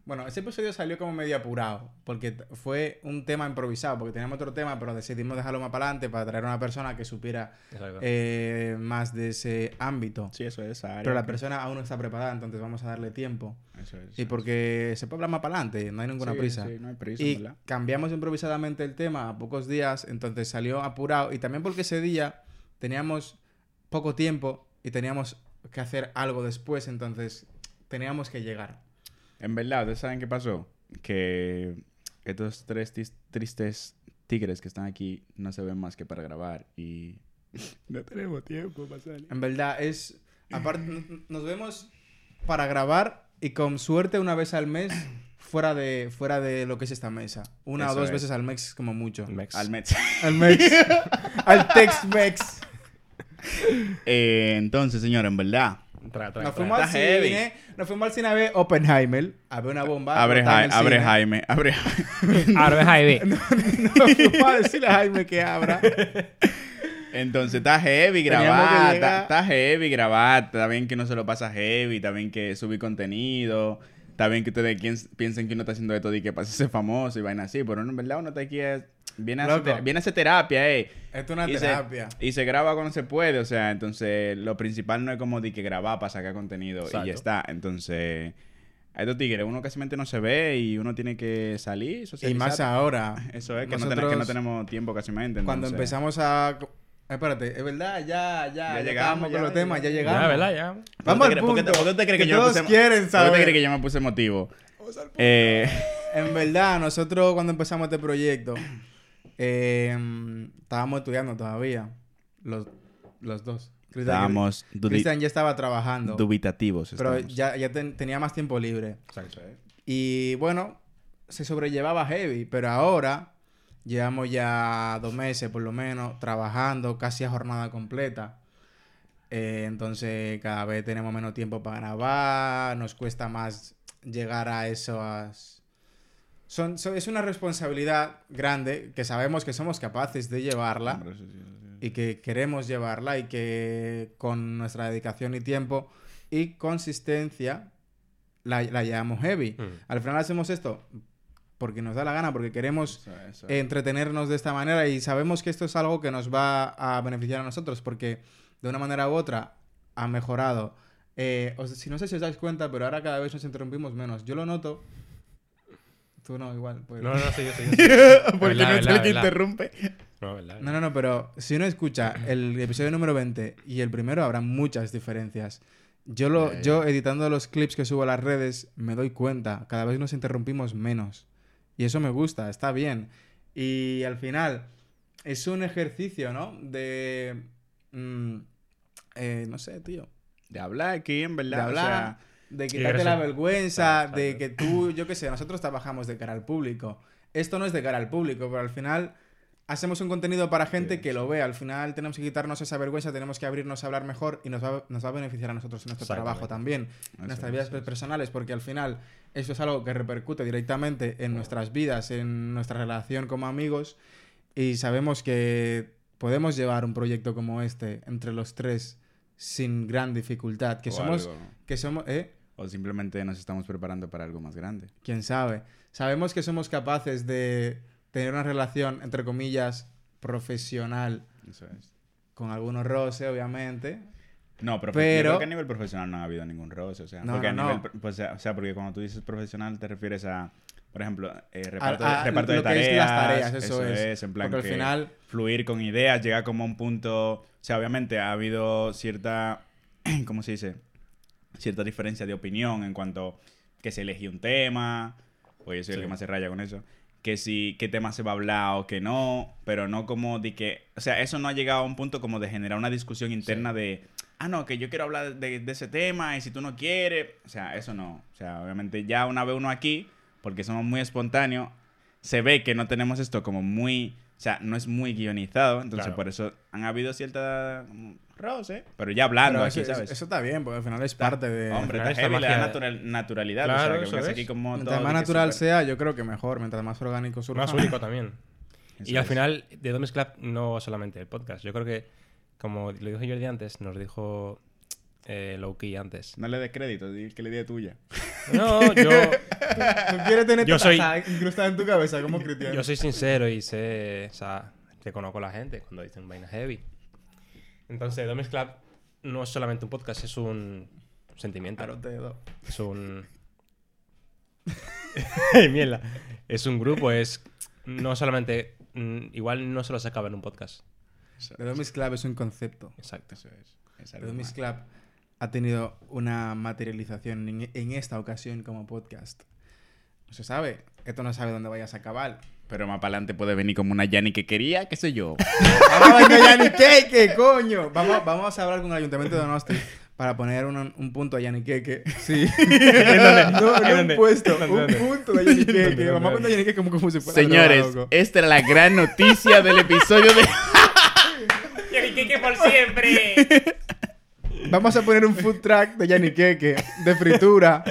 Speaker 1: Bueno, ese episodio salió como medio apurado, porque t- fue un tema improvisado, porque teníamos otro tema, pero decidimos dejarlo más para adelante para traer a una persona que supiera
Speaker 4: Exacto.
Speaker 1: eh, más de ese ámbito.
Speaker 3: Sí, eso es área.
Speaker 1: Pero la persona aún no está preparada, entonces vamos a darle tiempo.
Speaker 3: Eso es.
Speaker 1: Y porque se puede hablar más para adelante, no hay ninguna
Speaker 3: Sí,
Speaker 1: prisa.
Speaker 3: sí, no hay prisa,
Speaker 1: y
Speaker 3: ¿verdad?
Speaker 1: cambiamos improvisadamente el tema a pocos días, entonces salió apurado. Y también porque ese día teníamos poco tiempo y teníamos que hacer algo después, entonces teníamos que llegar.
Speaker 3: En verdad, ¿ustedes saben qué pasó? Que estos tres tis- tristes tigres que están aquí no se ven más que para grabar y... *laughs* no tenemos tiempo para salir.
Speaker 1: En verdad, es. Aparte, n- nos vemos para grabar y con suerte una vez al mes fuera de, fuera de lo que es esta mesa. Una o
Speaker 3: Eso
Speaker 1: dos
Speaker 3: es.
Speaker 1: veces al mes, como mucho.
Speaker 4: Mex.
Speaker 3: Al mes. *laughs*
Speaker 1: Al mes. *laughs* al Tex-Mex.
Speaker 3: Eh, entonces, señora, en verdad...
Speaker 4: Tra, tra,
Speaker 1: Nos
Speaker 4: tra.
Speaker 1: fuimos al
Speaker 3: Está heavy.
Speaker 1: cine, nos fuimos al cine a ver Oppenheimer, a ver una bomba.
Speaker 3: abre,
Speaker 1: botada
Speaker 3: Jai-
Speaker 1: en el
Speaker 3: abre
Speaker 1: cine.
Speaker 3: Jaime, abre Jaime.
Speaker 4: Ahora ves ahí, ve.
Speaker 1: Nos
Speaker 3: *laughs*
Speaker 1: fuimos a decirle a Jaime que abra. *laughs*
Speaker 3: Entonces está
Speaker 1: Teníamos
Speaker 3: heavy
Speaker 1: que llegar.
Speaker 3: grabar, está, está heavy grabar, está bien que no se lo pasa heavy, está bien que subir contenido, está bien que ustedes quien- piensen que uno está haciendo esto y que pasa ser famoso y vaina así, pero en verdad uno está aquí, es- viene, a hacer,
Speaker 1: Loco.
Speaker 3: ter- viene a hacer terapia, eh.
Speaker 1: Esto es una
Speaker 3: Y se-
Speaker 1: terapia.
Speaker 3: y se graba cuando se puede, o sea, entonces lo principal no es como de que grabar para sacar contenido y
Speaker 4: Exacto.
Speaker 3: ya está, entonces... A estos tigres, uno casi no se ve y uno tiene que salir,
Speaker 1: Y
Speaker 3: socializar.
Speaker 1: más ahora.
Speaker 3: Eso es, que, no,
Speaker 1: Nosotros,
Speaker 3: tenemos, que no tenemos tiempo casi mente.
Speaker 1: Cuando
Speaker 3: entonces-
Speaker 1: empezamos a. Espérate, es verdad, ya, ya,
Speaker 3: Ya
Speaker 1: ya
Speaker 3: llegamos,
Speaker 1: llegamos con
Speaker 3: ya,
Speaker 1: los temas, ya
Speaker 3: ya.
Speaker 1: llegamos.
Speaker 4: Ya, ¿verdad? Ya.
Speaker 1: Vamos
Speaker 3: ¿Por
Speaker 1: al
Speaker 3: qué te-
Speaker 1: punto.
Speaker 3: ¿Por qué te- por qué te crees que, yo me
Speaker 1: todos
Speaker 3: puse-
Speaker 1: quieren
Speaker 3: ¿Por qué te
Speaker 1: saber.
Speaker 3: crees que yo me puse emotivo? Eh,
Speaker 1: En verdad, nosotros cuando empezamos este proyecto, eh, estábamos estudiando todavía. Los, los dos. Cristian-
Speaker 3: estábamos dubi-
Speaker 1: Cristian ya estaba trabajando.
Speaker 3: dubitativos.
Speaker 1: Pero
Speaker 3: estábamos.
Speaker 1: ya, ya ten- tenía más tiempo libre.
Speaker 4: Exacto.
Speaker 1: Y bueno, se sobrellevaba heavy, pero ahora llevamos ya dos meses por lo menos trabajando casi a jornada completa. Eh, entonces cada vez tenemos menos tiempo para grabar, nos cuesta más llegar a esas... Son, son- es una responsabilidad grande que sabemos que somos capaces de llevarla
Speaker 3: Hombre, sí, sí, sí.
Speaker 1: y que queremos llevarla y que con nuestra dedicación y tiempo y consistencia la, la llevamos heavy.
Speaker 4: Mm.
Speaker 1: Al final hacemos esto porque nos da la gana, porque queremos
Speaker 3: Eso, eso.
Speaker 1: eh, entretenernos de esta manera y sabemos que esto es algo que nos va a beneficiar a nosotros porque de una manera u otra ha mejorado. Eh, os- si no sé si os dais cuenta, pero ahora cada vez nos interrumpimos menos. Yo lo noto. Tú no, igual. pues.
Speaker 4: No, no, sí, yo sí.
Speaker 3: Porque no es el que
Speaker 4: interrumpe.
Speaker 3: interrumpe.
Speaker 4: No, verdad.
Speaker 1: No, no, no, pero si uno escucha el episodio número 20 y el primero, habrá muchas diferencias. Yo, lo, yo editando los clips que subo a las redes me doy cuenta, cada vez nos interrumpimos menos. Y eso me gusta, está bien. Y al final es un ejercicio, ¿no? De... mm, eh, no sé, tío.
Speaker 3: De hablar aquí, en verdad.
Speaker 1: De hablar,
Speaker 3: O sea,
Speaker 1: de
Speaker 4: gracias.
Speaker 1: quitarte la vergüenza,
Speaker 4: Claro,
Speaker 1: de
Speaker 4: exacto.
Speaker 1: que tú, yo qué sé, nosotros trabajamos de cara al público. Esto no es de cara al público, pero al final hacemos un contenido para gente
Speaker 3: Sí,
Speaker 1: que lo vea. Al final tenemos que quitarnos esa vergüenza, tenemos que abrirnos a hablar mejor y nos va, nos va a beneficiar a nosotros en nuestro
Speaker 4: Exactamente.
Speaker 1: trabajo también, en nuestras
Speaker 3: es,
Speaker 1: vidas
Speaker 3: eso es.
Speaker 1: personales, porque al final esto es algo que repercute directamente en nuestras vidas, en nuestra relación como amigos y sabemos que podemos llevar un proyecto como este entre los tres sin gran dificultad, que
Speaker 3: o
Speaker 1: somos
Speaker 3: algo.
Speaker 1: que somos, ¿eh?
Speaker 3: O simplemente nos estamos preparando para algo más grande.
Speaker 1: quién sabe. Sabemos que somos capaces de tener una relación, entre comillas, profesional,
Speaker 3: Eso es.
Speaker 1: con algunos roces, obviamente.
Speaker 3: No, pero,
Speaker 1: Pero-
Speaker 3: yo creo que a nivel profesional no ha habido ningún roce. O sea,
Speaker 1: No,
Speaker 3: porque a
Speaker 1: no, no.
Speaker 3: nivel pro- pues, o sea, porque cuando tú dices profesional te refieres a, por ejemplo, eh,
Speaker 1: A-
Speaker 3: reparto,
Speaker 1: a
Speaker 3: reparto de
Speaker 1: lo que
Speaker 3: tareas.
Speaker 1: es las tareas, eso, es.
Speaker 3: En plan
Speaker 1: Porque al
Speaker 3: que
Speaker 1: final,
Speaker 3: fluir con ideas, llegar como a un punto. O sea, obviamente ha habido cierta. *clears throat* ¿Cómo se dice? Cierta diferencia de opinión en cuanto que se elegí un tema. Pues yo soy el que más se raya con eso. Que si, qué tema se va a hablar o que no. Pero no como de que. O sea, eso no ha llegado a un punto como de generar una discusión interna de. Ah, no, que yo quiero hablar de, de ese tema y si tú no quieres. O sea, eso no. O sea, obviamente ya una vez uno aquí, porque somos muy espontáneos, se ve que no tenemos esto como muy. O sea, no es muy guionizado. Entonces,
Speaker 4: Claro.
Speaker 3: por eso han habido cierta. como, roce. Pero ya hablando
Speaker 1: pero
Speaker 3: aquí,
Speaker 1: eso,
Speaker 3: ¿sabes?
Speaker 1: eso está bien, porque al final es parte de...
Speaker 3: Hombre,
Speaker 4: Al final
Speaker 3: está
Speaker 4: esta
Speaker 3: heavy la
Speaker 4: magia-
Speaker 3: natural- naturalidad.
Speaker 4: Claro,
Speaker 3: o sea, que
Speaker 4: eso
Speaker 3: vengas
Speaker 4: es.
Speaker 3: aquí como
Speaker 1: Mientras
Speaker 3: todo
Speaker 1: más
Speaker 3: de que
Speaker 1: natural
Speaker 3: súper-
Speaker 1: sea, yo creo que mejor. Mientras más orgánico surja.
Speaker 4: Más único también.
Speaker 3: Eso
Speaker 4: Y al
Speaker 3: es.
Speaker 4: final, de Domis Club no solamente el podcast. Yo creo que, como lo dijo Jordi antes, nos dijo eh, Lowkey antes.
Speaker 3: No le des crédito, di que la idea es tuya.
Speaker 1: *laughs*
Speaker 4: No, yo,
Speaker 1: *laughs* Tú quieres tener
Speaker 4: Yo
Speaker 1: tu
Speaker 4: soy-
Speaker 1: taza incrustada en tu cabeza como Cristian.
Speaker 4: yo soy sincero y sé, o sea, que conozco a la gente cuando dicen vaina heavy. Entonces, Domis Club no es solamente un podcast, es un sentimiento.
Speaker 1: Claro, te doy. *laughs*
Speaker 4: Es un. *laughs* Mierda. Es un grupo, es. No solamente. mm, Igual no se los acaba en un podcast.
Speaker 1: The Domis Club es un concepto.
Speaker 4: Exacto.
Speaker 3: Eso es. Es
Speaker 1: The
Speaker 3: algo
Speaker 1: Domis
Speaker 3: más.
Speaker 1: Club ha tenido una materialización en, e-, en esta ocasión como podcast. No se sabe. Esto no sabe dónde vayas a acabar.
Speaker 3: Pero más para adelante puede venir como una Yanni que quería, qué sé yo.
Speaker 1: Ahora Ah, venga Yannick, ¿qué coño? Vamos, vamos a hablar con el Ayuntamiento de Donosti para poner un, un punto a Yaniqueque. *laughs* Sí. No, no
Speaker 4: ¿En
Speaker 1: un
Speaker 4: dónde?
Speaker 1: puesto,
Speaker 4: ¿En
Speaker 1: un
Speaker 4: dónde?
Speaker 1: punto de Yaniqueque.
Speaker 4: dónde,
Speaker 1: Vamos a poner
Speaker 4: dónde?
Speaker 1: a Yannick como, como si fuera
Speaker 3: Señores,
Speaker 1: droga, loco.
Speaker 3: esta era la gran noticia del episodio de.
Speaker 2: *laughs* por siempre!
Speaker 1: Vamos a poner un food track de Yaniqueque, de fritura.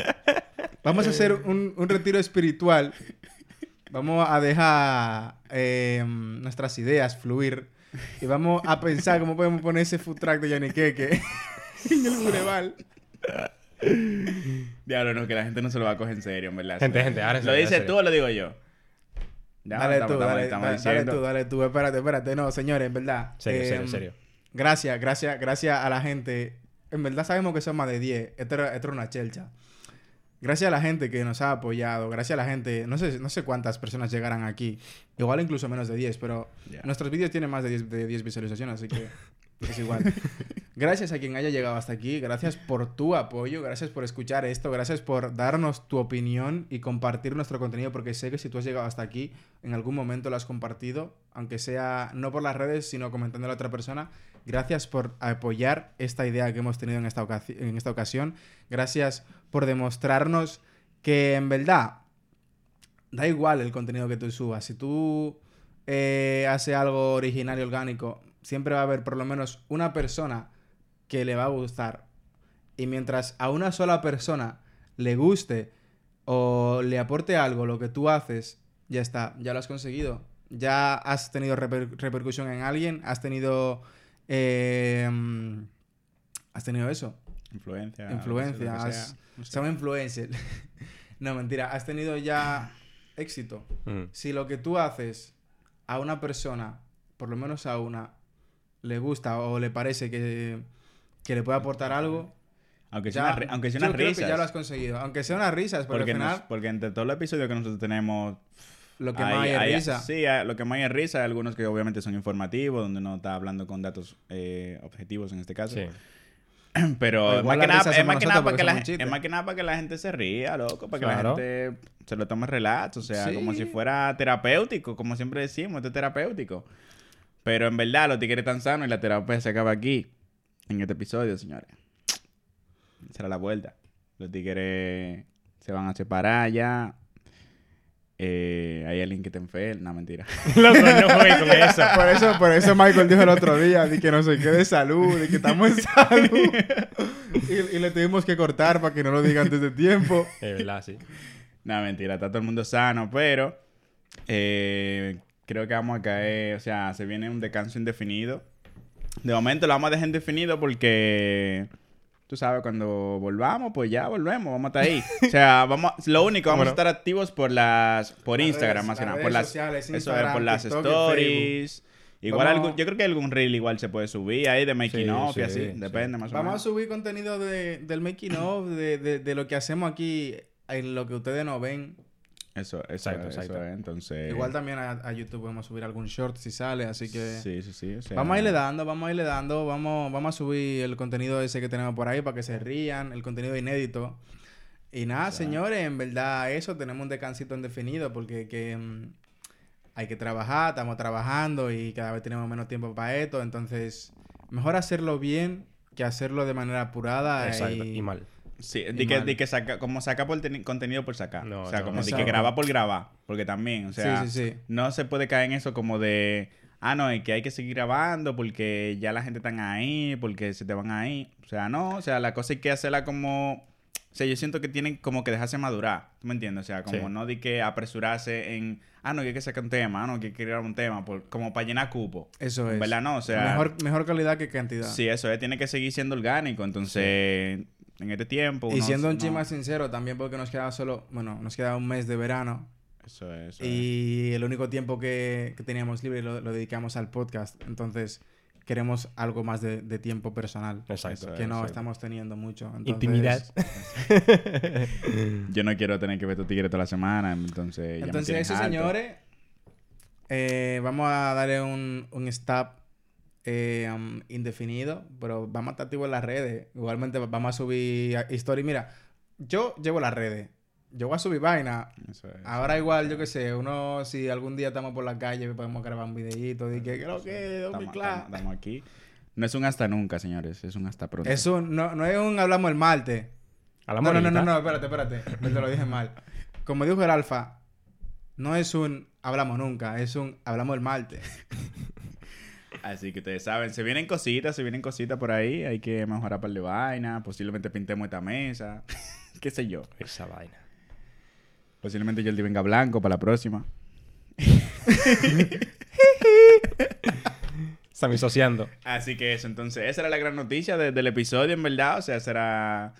Speaker 1: Vamos a
Speaker 3: Eh.
Speaker 1: hacer un, un retiro espiritual. Vamos a dejar eh, nuestras ideas fluir. Y vamos a pensar cómo podemos poner ese food track de Yaniqueque *laughs* en el bulevar.
Speaker 3: Diablo, no, que la gente no se lo va a coger en serio, en verdad.
Speaker 4: Gente, gente, ahora en
Speaker 3: ¿Lo
Speaker 4: serio,
Speaker 3: dices
Speaker 4: en serio.
Speaker 3: tú o lo digo yo? Ya,
Speaker 1: Dale
Speaker 3: estamos-
Speaker 1: tú,
Speaker 3: estamos-
Speaker 1: dale,
Speaker 3: estamos
Speaker 1: dale, dale
Speaker 3: diciendo.
Speaker 1: tú, dale tú. Espérate, espérate. No, señores, en verdad.
Speaker 4: Serio, serio,
Speaker 1: em,
Speaker 4: serio.
Speaker 1: Gracias, gracias, gracias a la gente. En verdad sabemos que son más de 10. Esto era, esto era una chelcha. Gracias a la gente que nos ha apoyado. Gracias a la gente. No sé, no sé cuántas personas llegarán aquí. Igual incluso menos de 10, pero
Speaker 3: Ya.
Speaker 1: nuestros vídeos tienen más de 10, de 10 visualizaciones, así que *laughs* es igual. Gracias a quien haya llegado hasta aquí. Gracias por tu apoyo. Gracias por escuchar esto. Gracias por darnos tu opinión y compartir nuestro contenido, porque sé que si tú has llegado hasta aquí, en algún momento lo has compartido, aunque sea no por las redes, sino comentando a la otra persona. Gracias por apoyar esta idea que hemos tenido en esta, ocaci- en esta ocasión. Gracias por demostrarnos que en verdad da igual el contenido que tú subas. Si tú eh, haces algo original y orgánico, siempre va a haber por lo menos una persona que le va a gustar. Y mientras a una sola persona le guste o le aporte algo lo que tú haces, ya está, ya lo has conseguido. Ya has tenido reper- repercusión en alguien, has tenido... eh, has tenido eso.
Speaker 3: Influencia.
Speaker 1: Influencia,
Speaker 3: lo que
Speaker 1: has-
Speaker 3: sea. No sé.
Speaker 1: Son influencer. *laughs* no, mentira. Has tenido ya éxito.
Speaker 4: Mm.
Speaker 1: Si lo que tú haces a una persona, por lo menos a una, le gusta o le parece que, que le puede aportar algo,
Speaker 3: Aunque sea,
Speaker 1: ya,
Speaker 3: una ri- aunque sea
Speaker 1: yo
Speaker 3: unas
Speaker 1: creo que
Speaker 3: risas.
Speaker 1: ya lo has conseguido. Aunque sea unas risas, pero
Speaker 3: porque,
Speaker 1: al
Speaker 3: nos-
Speaker 1: final
Speaker 3: porque entre todos los episodios que nosotros tenemos.
Speaker 1: lo que más hay es risa.
Speaker 3: Sí, hay- lo que más hay es risa. Hay algunos que obviamente son informativos, donde uno está hablando con datos eh, objetivos en este caso.
Speaker 4: Sí. *laughs*
Speaker 1: O
Speaker 3: Pero es
Speaker 1: igual
Speaker 3: más que
Speaker 1: la
Speaker 3: nada-
Speaker 1: risa
Speaker 3: es
Speaker 1: hacemos
Speaker 3: más que nada
Speaker 1: nosotros
Speaker 3: para
Speaker 1: porque
Speaker 3: que la
Speaker 1: somos
Speaker 3: gen-
Speaker 1: chistes.
Speaker 3: es más que nada para que la gente se ría, loco, para que
Speaker 4: Claro.
Speaker 3: la gente se lo tome relax, o sea, como si
Speaker 1: Sí.
Speaker 3: fuera terapéutico, como siempre decimos, esto es terapéutico. Pero en verdad los tigres están sanos y la terapia se acaba aquí, en este episodio, señores. Será la vuelta. Los tigres se van a separar ya. Eh, hay alguien que te enferma, no, mentira.
Speaker 4: Loco, no juegues con eso.
Speaker 1: *laughs* Por eso, por eso Michael dijo el otro día de que no sé qué de salud, de que estamos en *laughs* salud. Y, y le tuvimos que cortar para que no lo diga antes de tiempo.
Speaker 4: Es verdad, sí.
Speaker 3: No, mentira, está todo el mundo sano, pero eh, creo que vamos a caer, o sea, se viene un descanso indefinido. De momento lo vamos a dejar indefinido porque, tú sabes, cuando volvamos, pues ya volvemos, vamos a estar ahí.
Speaker 4: *laughs*
Speaker 3: o sea, vamos, lo único, vamos a estar activos por las, por
Speaker 1: Las
Speaker 3: Instagram
Speaker 1: redes-
Speaker 3: más que
Speaker 1: las
Speaker 3: nada, por
Speaker 1: redes
Speaker 3: las,
Speaker 1: sociales,
Speaker 3: eso es,
Speaker 1: Instagram,
Speaker 3: por las
Speaker 1: TikTok y
Speaker 3: stories. Igual
Speaker 1: Vamos-
Speaker 3: algún- yo creo que algún reel igual se puede subir ahí de making
Speaker 4: Sí,
Speaker 3: off
Speaker 4: sí,
Speaker 3: y así,
Speaker 4: sí.
Speaker 3: depende más
Speaker 1: Vamos
Speaker 3: o
Speaker 1: a
Speaker 3: menos.
Speaker 1: subir contenido de, del making of, de, de, de lo que hacemos aquí, en lo que ustedes no ven.
Speaker 3: Eso, eso,
Speaker 4: Exacto,
Speaker 3: eso
Speaker 4: exacto.
Speaker 3: es, entonces.
Speaker 1: Igual también a, a YouTube vamos a subir algún short si sale, así que...
Speaker 3: Sí, sí, sí. o sea-
Speaker 1: Vamos a irle dando, vamos a irle dando, vamos, vamos a subir el contenido ese que tenemos por ahí para que se rían, el contenido inédito. Y nada, señores, en verdad eso, tenemos un descansito indefinido porque que, mm, hay que trabajar, estamos trabajando y cada vez tenemos menos tiempo para esto, entonces mejor hacerlo bien que hacerlo de manera apurada
Speaker 4: Exacto.
Speaker 1: y,
Speaker 4: Y mal.
Speaker 3: Sí,
Speaker 1: Y
Speaker 3: di que,
Speaker 1: mal.
Speaker 3: di que saca, como saca por teni- contenido por sacar.
Speaker 4: No,
Speaker 3: o sea,
Speaker 4: no,
Speaker 3: como di que
Speaker 1: exacto.
Speaker 3: graba por grabar. Porque también, o sea,
Speaker 1: Sí, sí, sí.
Speaker 3: no se puede caer en eso como de, ah, no, es que hay que seguir grabando porque ya la gente está ahí, porque se te van ahí. O sea, no, o sea, la cosa hay que hacerla como... O sea, yo siento que tienen como que dejarse madurar. ¿Tú me entiendes? O sea, como
Speaker 4: Sí.
Speaker 3: no di que apresurarse en, ah, no, que hay que sacar un tema, ah, no, que hay que grabar un tema, por- como para llenar cupo.
Speaker 1: Eso es.
Speaker 3: ¿Verdad? No, o sea...
Speaker 1: Pues, mejor, mejor calidad que cantidad.
Speaker 3: Sí, eso es, tiene que seguir siendo orgánico. Entonces, en este tiempo...
Speaker 1: Y
Speaker 3: uno
Speaker 1: siendo un chin
Speaker 3: no-
Speaker 1: más sincero también porque nos quedaba solo, bueno, nos quedaba un mes de verano,
Speaker 3: Eso es. eso es.
Speaker 1: Y el único tiempo que, que teníamos libre lo, lo dedicamos al podcast. Entonces, queremos algo más de, de tiempo personal.
Speaker 4: Exacto.
Speaker 1: Que no
Speaker 3: Exacto.
Speaker 1: estamos teniendo mucho. Entonces, *laughs*
Speaker 4: Intimidad.
Speaker 3: Yo no quiero tener que ver tu tigre toda la semana, entonces. ya me
Speaker 1: Entonces,
Speaker 3: tienen
Speaker 1: eso,
Speaker 3: harto.
Speaker 1: señores. eh, vamos a darle un, un stop eh, um, indefinido. Pero vamos a estar activos en las redes. Igualmente, vamos a subir a- story. Mira, yo llevo las redes. Yo voy a subir vaina.
Speaker 3: Eso es.
Speaker 1: Ahora igual, yo qué sé, uno, si algún día estamos por la calle, podemos grabar un videíto, de que creo que es
Speaker 3: Estamos-
Speaker 1: muy claro.
Speaker 3: estamos- estamos aquí. No es un hasta nunca, señores, es un hasta pronto.
Speaker 1: Es un, no, no es un hablamos el martes.
Speaker 4: Hablamos
Speaker 1: No, no, no, no,
Speaker 4: ahorita.
Speaker 1: no, espérate, espérate, te lo dije mal. Como dijo el alfa, no es un hablamos nunca, es un hablamos el martes.
Speaker 3: Así que ustedes saben, se vienen cositas, se vienen cositas por ahí, hay que mejorar un par de vainas, posiblemente pintemos esta mesa, *laughs* qué sé yo.
Speaker 4: Esa vaina.
Speaker 3: Posiblemente yo el venga blanco para la próxima.
Speaker 4: Están disociando.
Speaker 3: Así que eso, entonces, esa era la gran noticia de- del episodio, en verdad. O sea, será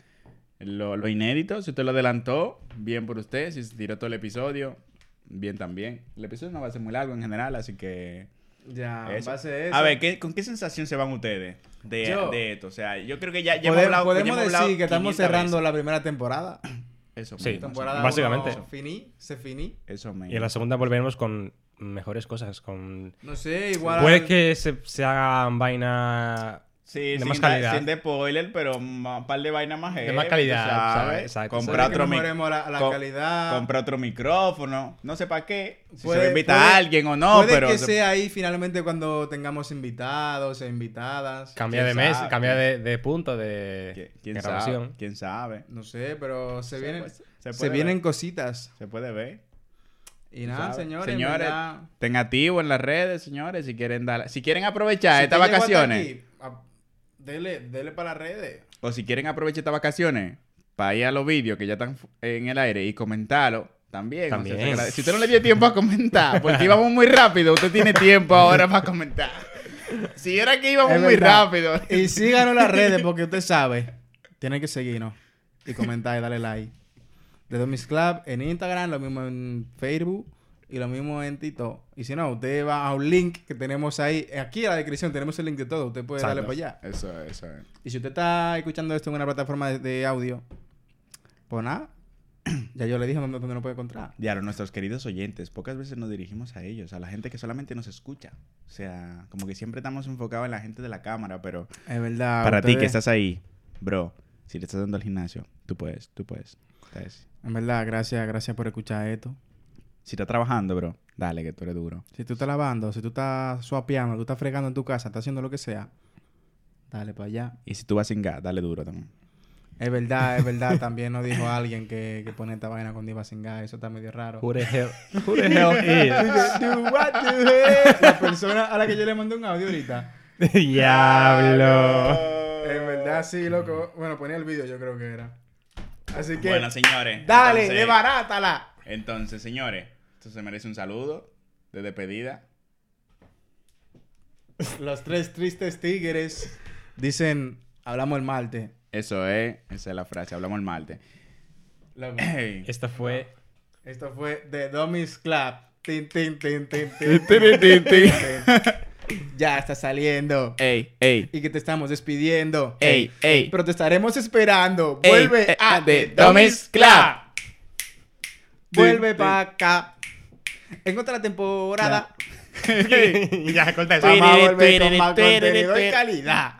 Speaker 3: lo, lo inédito. Si usted lo adelantó, bien por usted. Si se tiró todo el episodio, bien también. El episodio no va a ser muy largo en general, así que.
Speaker 1: Ya,
Speaker 3: eso.
Speaker 1: va a ser eso.
Speaker 3: Ah, A ver, ¿qué- ¿con qué sensación se van ustedes de,
Speaker 1: Yo-
Speaker 3: de esto? O sea, yo creo que ya, ya hemos
Speaker 1: Podemos,
Speaker 3: hablado- ya
Speaker 1: podemos
Speaker 3: hemos
Speaker 1: decir
Speaker 3: hablado
Speaker 1: que estamos
Speaker 3: 500
Speaker 1: cerrando
Speaker 3: veces.
Speaker 1: la primera temporada.
Speaker 3: Eso
Speaker 4: Sí,
Speaker 3: mismo,
Speaker 1: temporada
Speaker 3: eso
Speaker 4: Básicamente.
Speaker 1: uno finí, se finí.
Speaker 3: mismo, Eso mismo.
Speaker 4: Y en la segunda volveremos con mejores cosas. Con...
Speaker 1: No sé, igual.
Speaker 4: Puede que se, se hagan vaina.
Speaker 3: Sí,
Speaker 4: de
Speaker 3: sin,
Speaker 4: más
Speaker 3: da-
Speaker 4: calidad.
Speaker 3: sin de spoiler, pero un par de vainas más.
Speaker 4: De más
Speaker 3: heavy,
Speaker 4: calidad,
Speaker 3: tú sabes.
Speaker 4: ¿sabes? Exacto.
Speaker 3: Comprar
Speaker 1: Puede que
Speaker 3: otro mic-
Speaker 1: mejoremos la, la
Speaker 3: co-
Speaker 1: calidad.
Speaker 3: Compra otro micrófono, no sé para qué. Si se
Speaker 1: Puede-
Speaker 3: va a invitar
Speaker 1: puede-
Speaker 3: a alguien o no,
Speaker 1: Puede
Speaker 3: pero.
Speaker 1: que
Speaker 3: se-
Speaker 1: sea ahí finalmente cuando tengamos invitados e invitadas.
Speaker 4: Cambia
Speaker 3: ¿Quién
Speaker 4: de mes,
Speaker 3: sabe?
Speaker 4: cambia de, de punto, de,
Speaker 3: ¿Qui-
Speaker 4: de
Speaker 3: ¿Quién sabe?
Speaker 4: grabación.
Speaker 3: ¿Quién sabe?
Speaker 1: No sé, pero se vienen,
Speaker 3: puede-
Speaker 1: se,
Speaker 3: se puede
Speaker 1: vienen
Speaker 3: ver.
Speaker 1: cositas.
Speaker 3: Se puede ver.
Speaker 1: Y
Speaker 3: Tú
Speaker 1: nada,
Speaker 3: sabes.
Speaker 1: señores. en
Speaker 3: Señores,
Speaker 1: verdad,
Speaker 3: estén activos en las redes, señores, si quieren dar, si quieren aprovechar
Speaker 1: si
Speaker 3: estas
Speaker 1: usted llegó hasta
Speaker 3: vacaciones
Speaker 1: aquí, a- Dele, dele para las redes.
Speaker 3: o si quieren aprovechar estas vacaciones para ir a los vídeos que ya están fu- en el aire y comentarlo también. o sea,
Speaker 4: También.
Speaker 3: se agradece. si usted no le dio tiempo
Speaker 1: *laughs*
Speaker 3: a comentar, porque íbamos muy rápido, usted tiene tiempo ahora para comentar. Si era que íbamos
Speaker 1: Es
Speaker 3: muy
Speaker 1: verdad.
Speaker 3: rápido.
Speaker 1: Y síganos en las redes porque usted sabe. Tiene que seguirnos. Y comentar y darle like. De Domis Club en Instagram, lo mismo en Facebook y lo mismo en Tito. Y si no, usted va a un link que tenemos ahí. Aquí en la descripción tenemos el link de todo. Usted puede darle
Speaker 4: Exacto.
Speaker 1: para allá.
Speaker 3: Eso, eso. es.
Speaker 1: Y si usted está escuchando esto en una plataforma de, de audio, pues nada. *clears throat* Ya yo le dije dónde, dónde no puede encontrar.
Speaker 3: Diario, nuestros queridos oyentes, pocas veces nos dirigimos a ellos, a la gente que solamente nos escucha. O sea, como que siempre estamos enfocados en la gente de la cámara, pero
Speaker 1: Es verdad.
Speaker 3: para ti que
Speaker 1: ustedes-
Speaker 3: estás ahí, bro, si le estás dando al gimnasio, tú puedes, tú puedes. ¿sabes?
Speaker 1: En verdad, gracias, gracias por escuchar esto.
Speaker 3: Si estás trabajando, bro, dale, que tú eres duro.
Speaker 1: Si tú estás lavando, si tú estás suapeando, tú estás fregando en tu casa, estás haciendo lo que sea, dale para allá.
Speaker 3: Y si tú vas sin gas, dale duro también.
Speaker 1: Es verdad, es verdad. También nos dijo alguien que, que pone esta vaina con Diva sin gas. Eso está medio raro.
Speaker 4: Who the hell, who the hell is?
Speaker 1: Do what the hell? La persona a la que yo le mandé un audio ahorita.
Speaker 3: *laughs*
Speaker 4: Diablo.
Speaker 1: En verdad, sí, loco. Bueno, ponía el vídeo, yo creo que era. Así que,
Speaker 3: Bueno, señores.
Speaker 1: dale,
Speaker 3: entonces-
Speaker 1: desbarátala.
Speaker 3: Entonces, señores, esto se merece un saludo de despedida.
Speaker 1: Los tres tristes tigres dicen, hablamos el martes.
Speaker 3: Eso es, esa es la frase, hablamos el martes.
Speaker 1: Loco.
Speaker 3: Ey.
Speaker 4: Esto fue.
Speaker 1: Esto fue The Dummies Club. Tin, tin, tin,
Speaker 3: *laughs*
Speaker 1: tin, tin, tin, tin, tin. Ya está saliendo.
Speaker 3: Ey, ey,
Speaker 1: Y que te estamos despidiendo.
Speaker 3: ey, ey.
Speaker 1: Pero te estaremos esperando.
Speaker 3: ey,
Speaker 1: Vuelve
Speaker 3: eh,
Speaker 1: a
Speaker 3: de
Speaker 1: The Dummies
Speaker 3: Dummies Club.
Speaker 1: Club. Vuelve
Speaker 3: Tin,
Speaker 1: para acá. En otra temporada.
Speaker 4: ya, corta
Speaker 1: *laughs*
Speaker 4: eso.
Speaker 1: Vamos a volver con más contenido y calidad.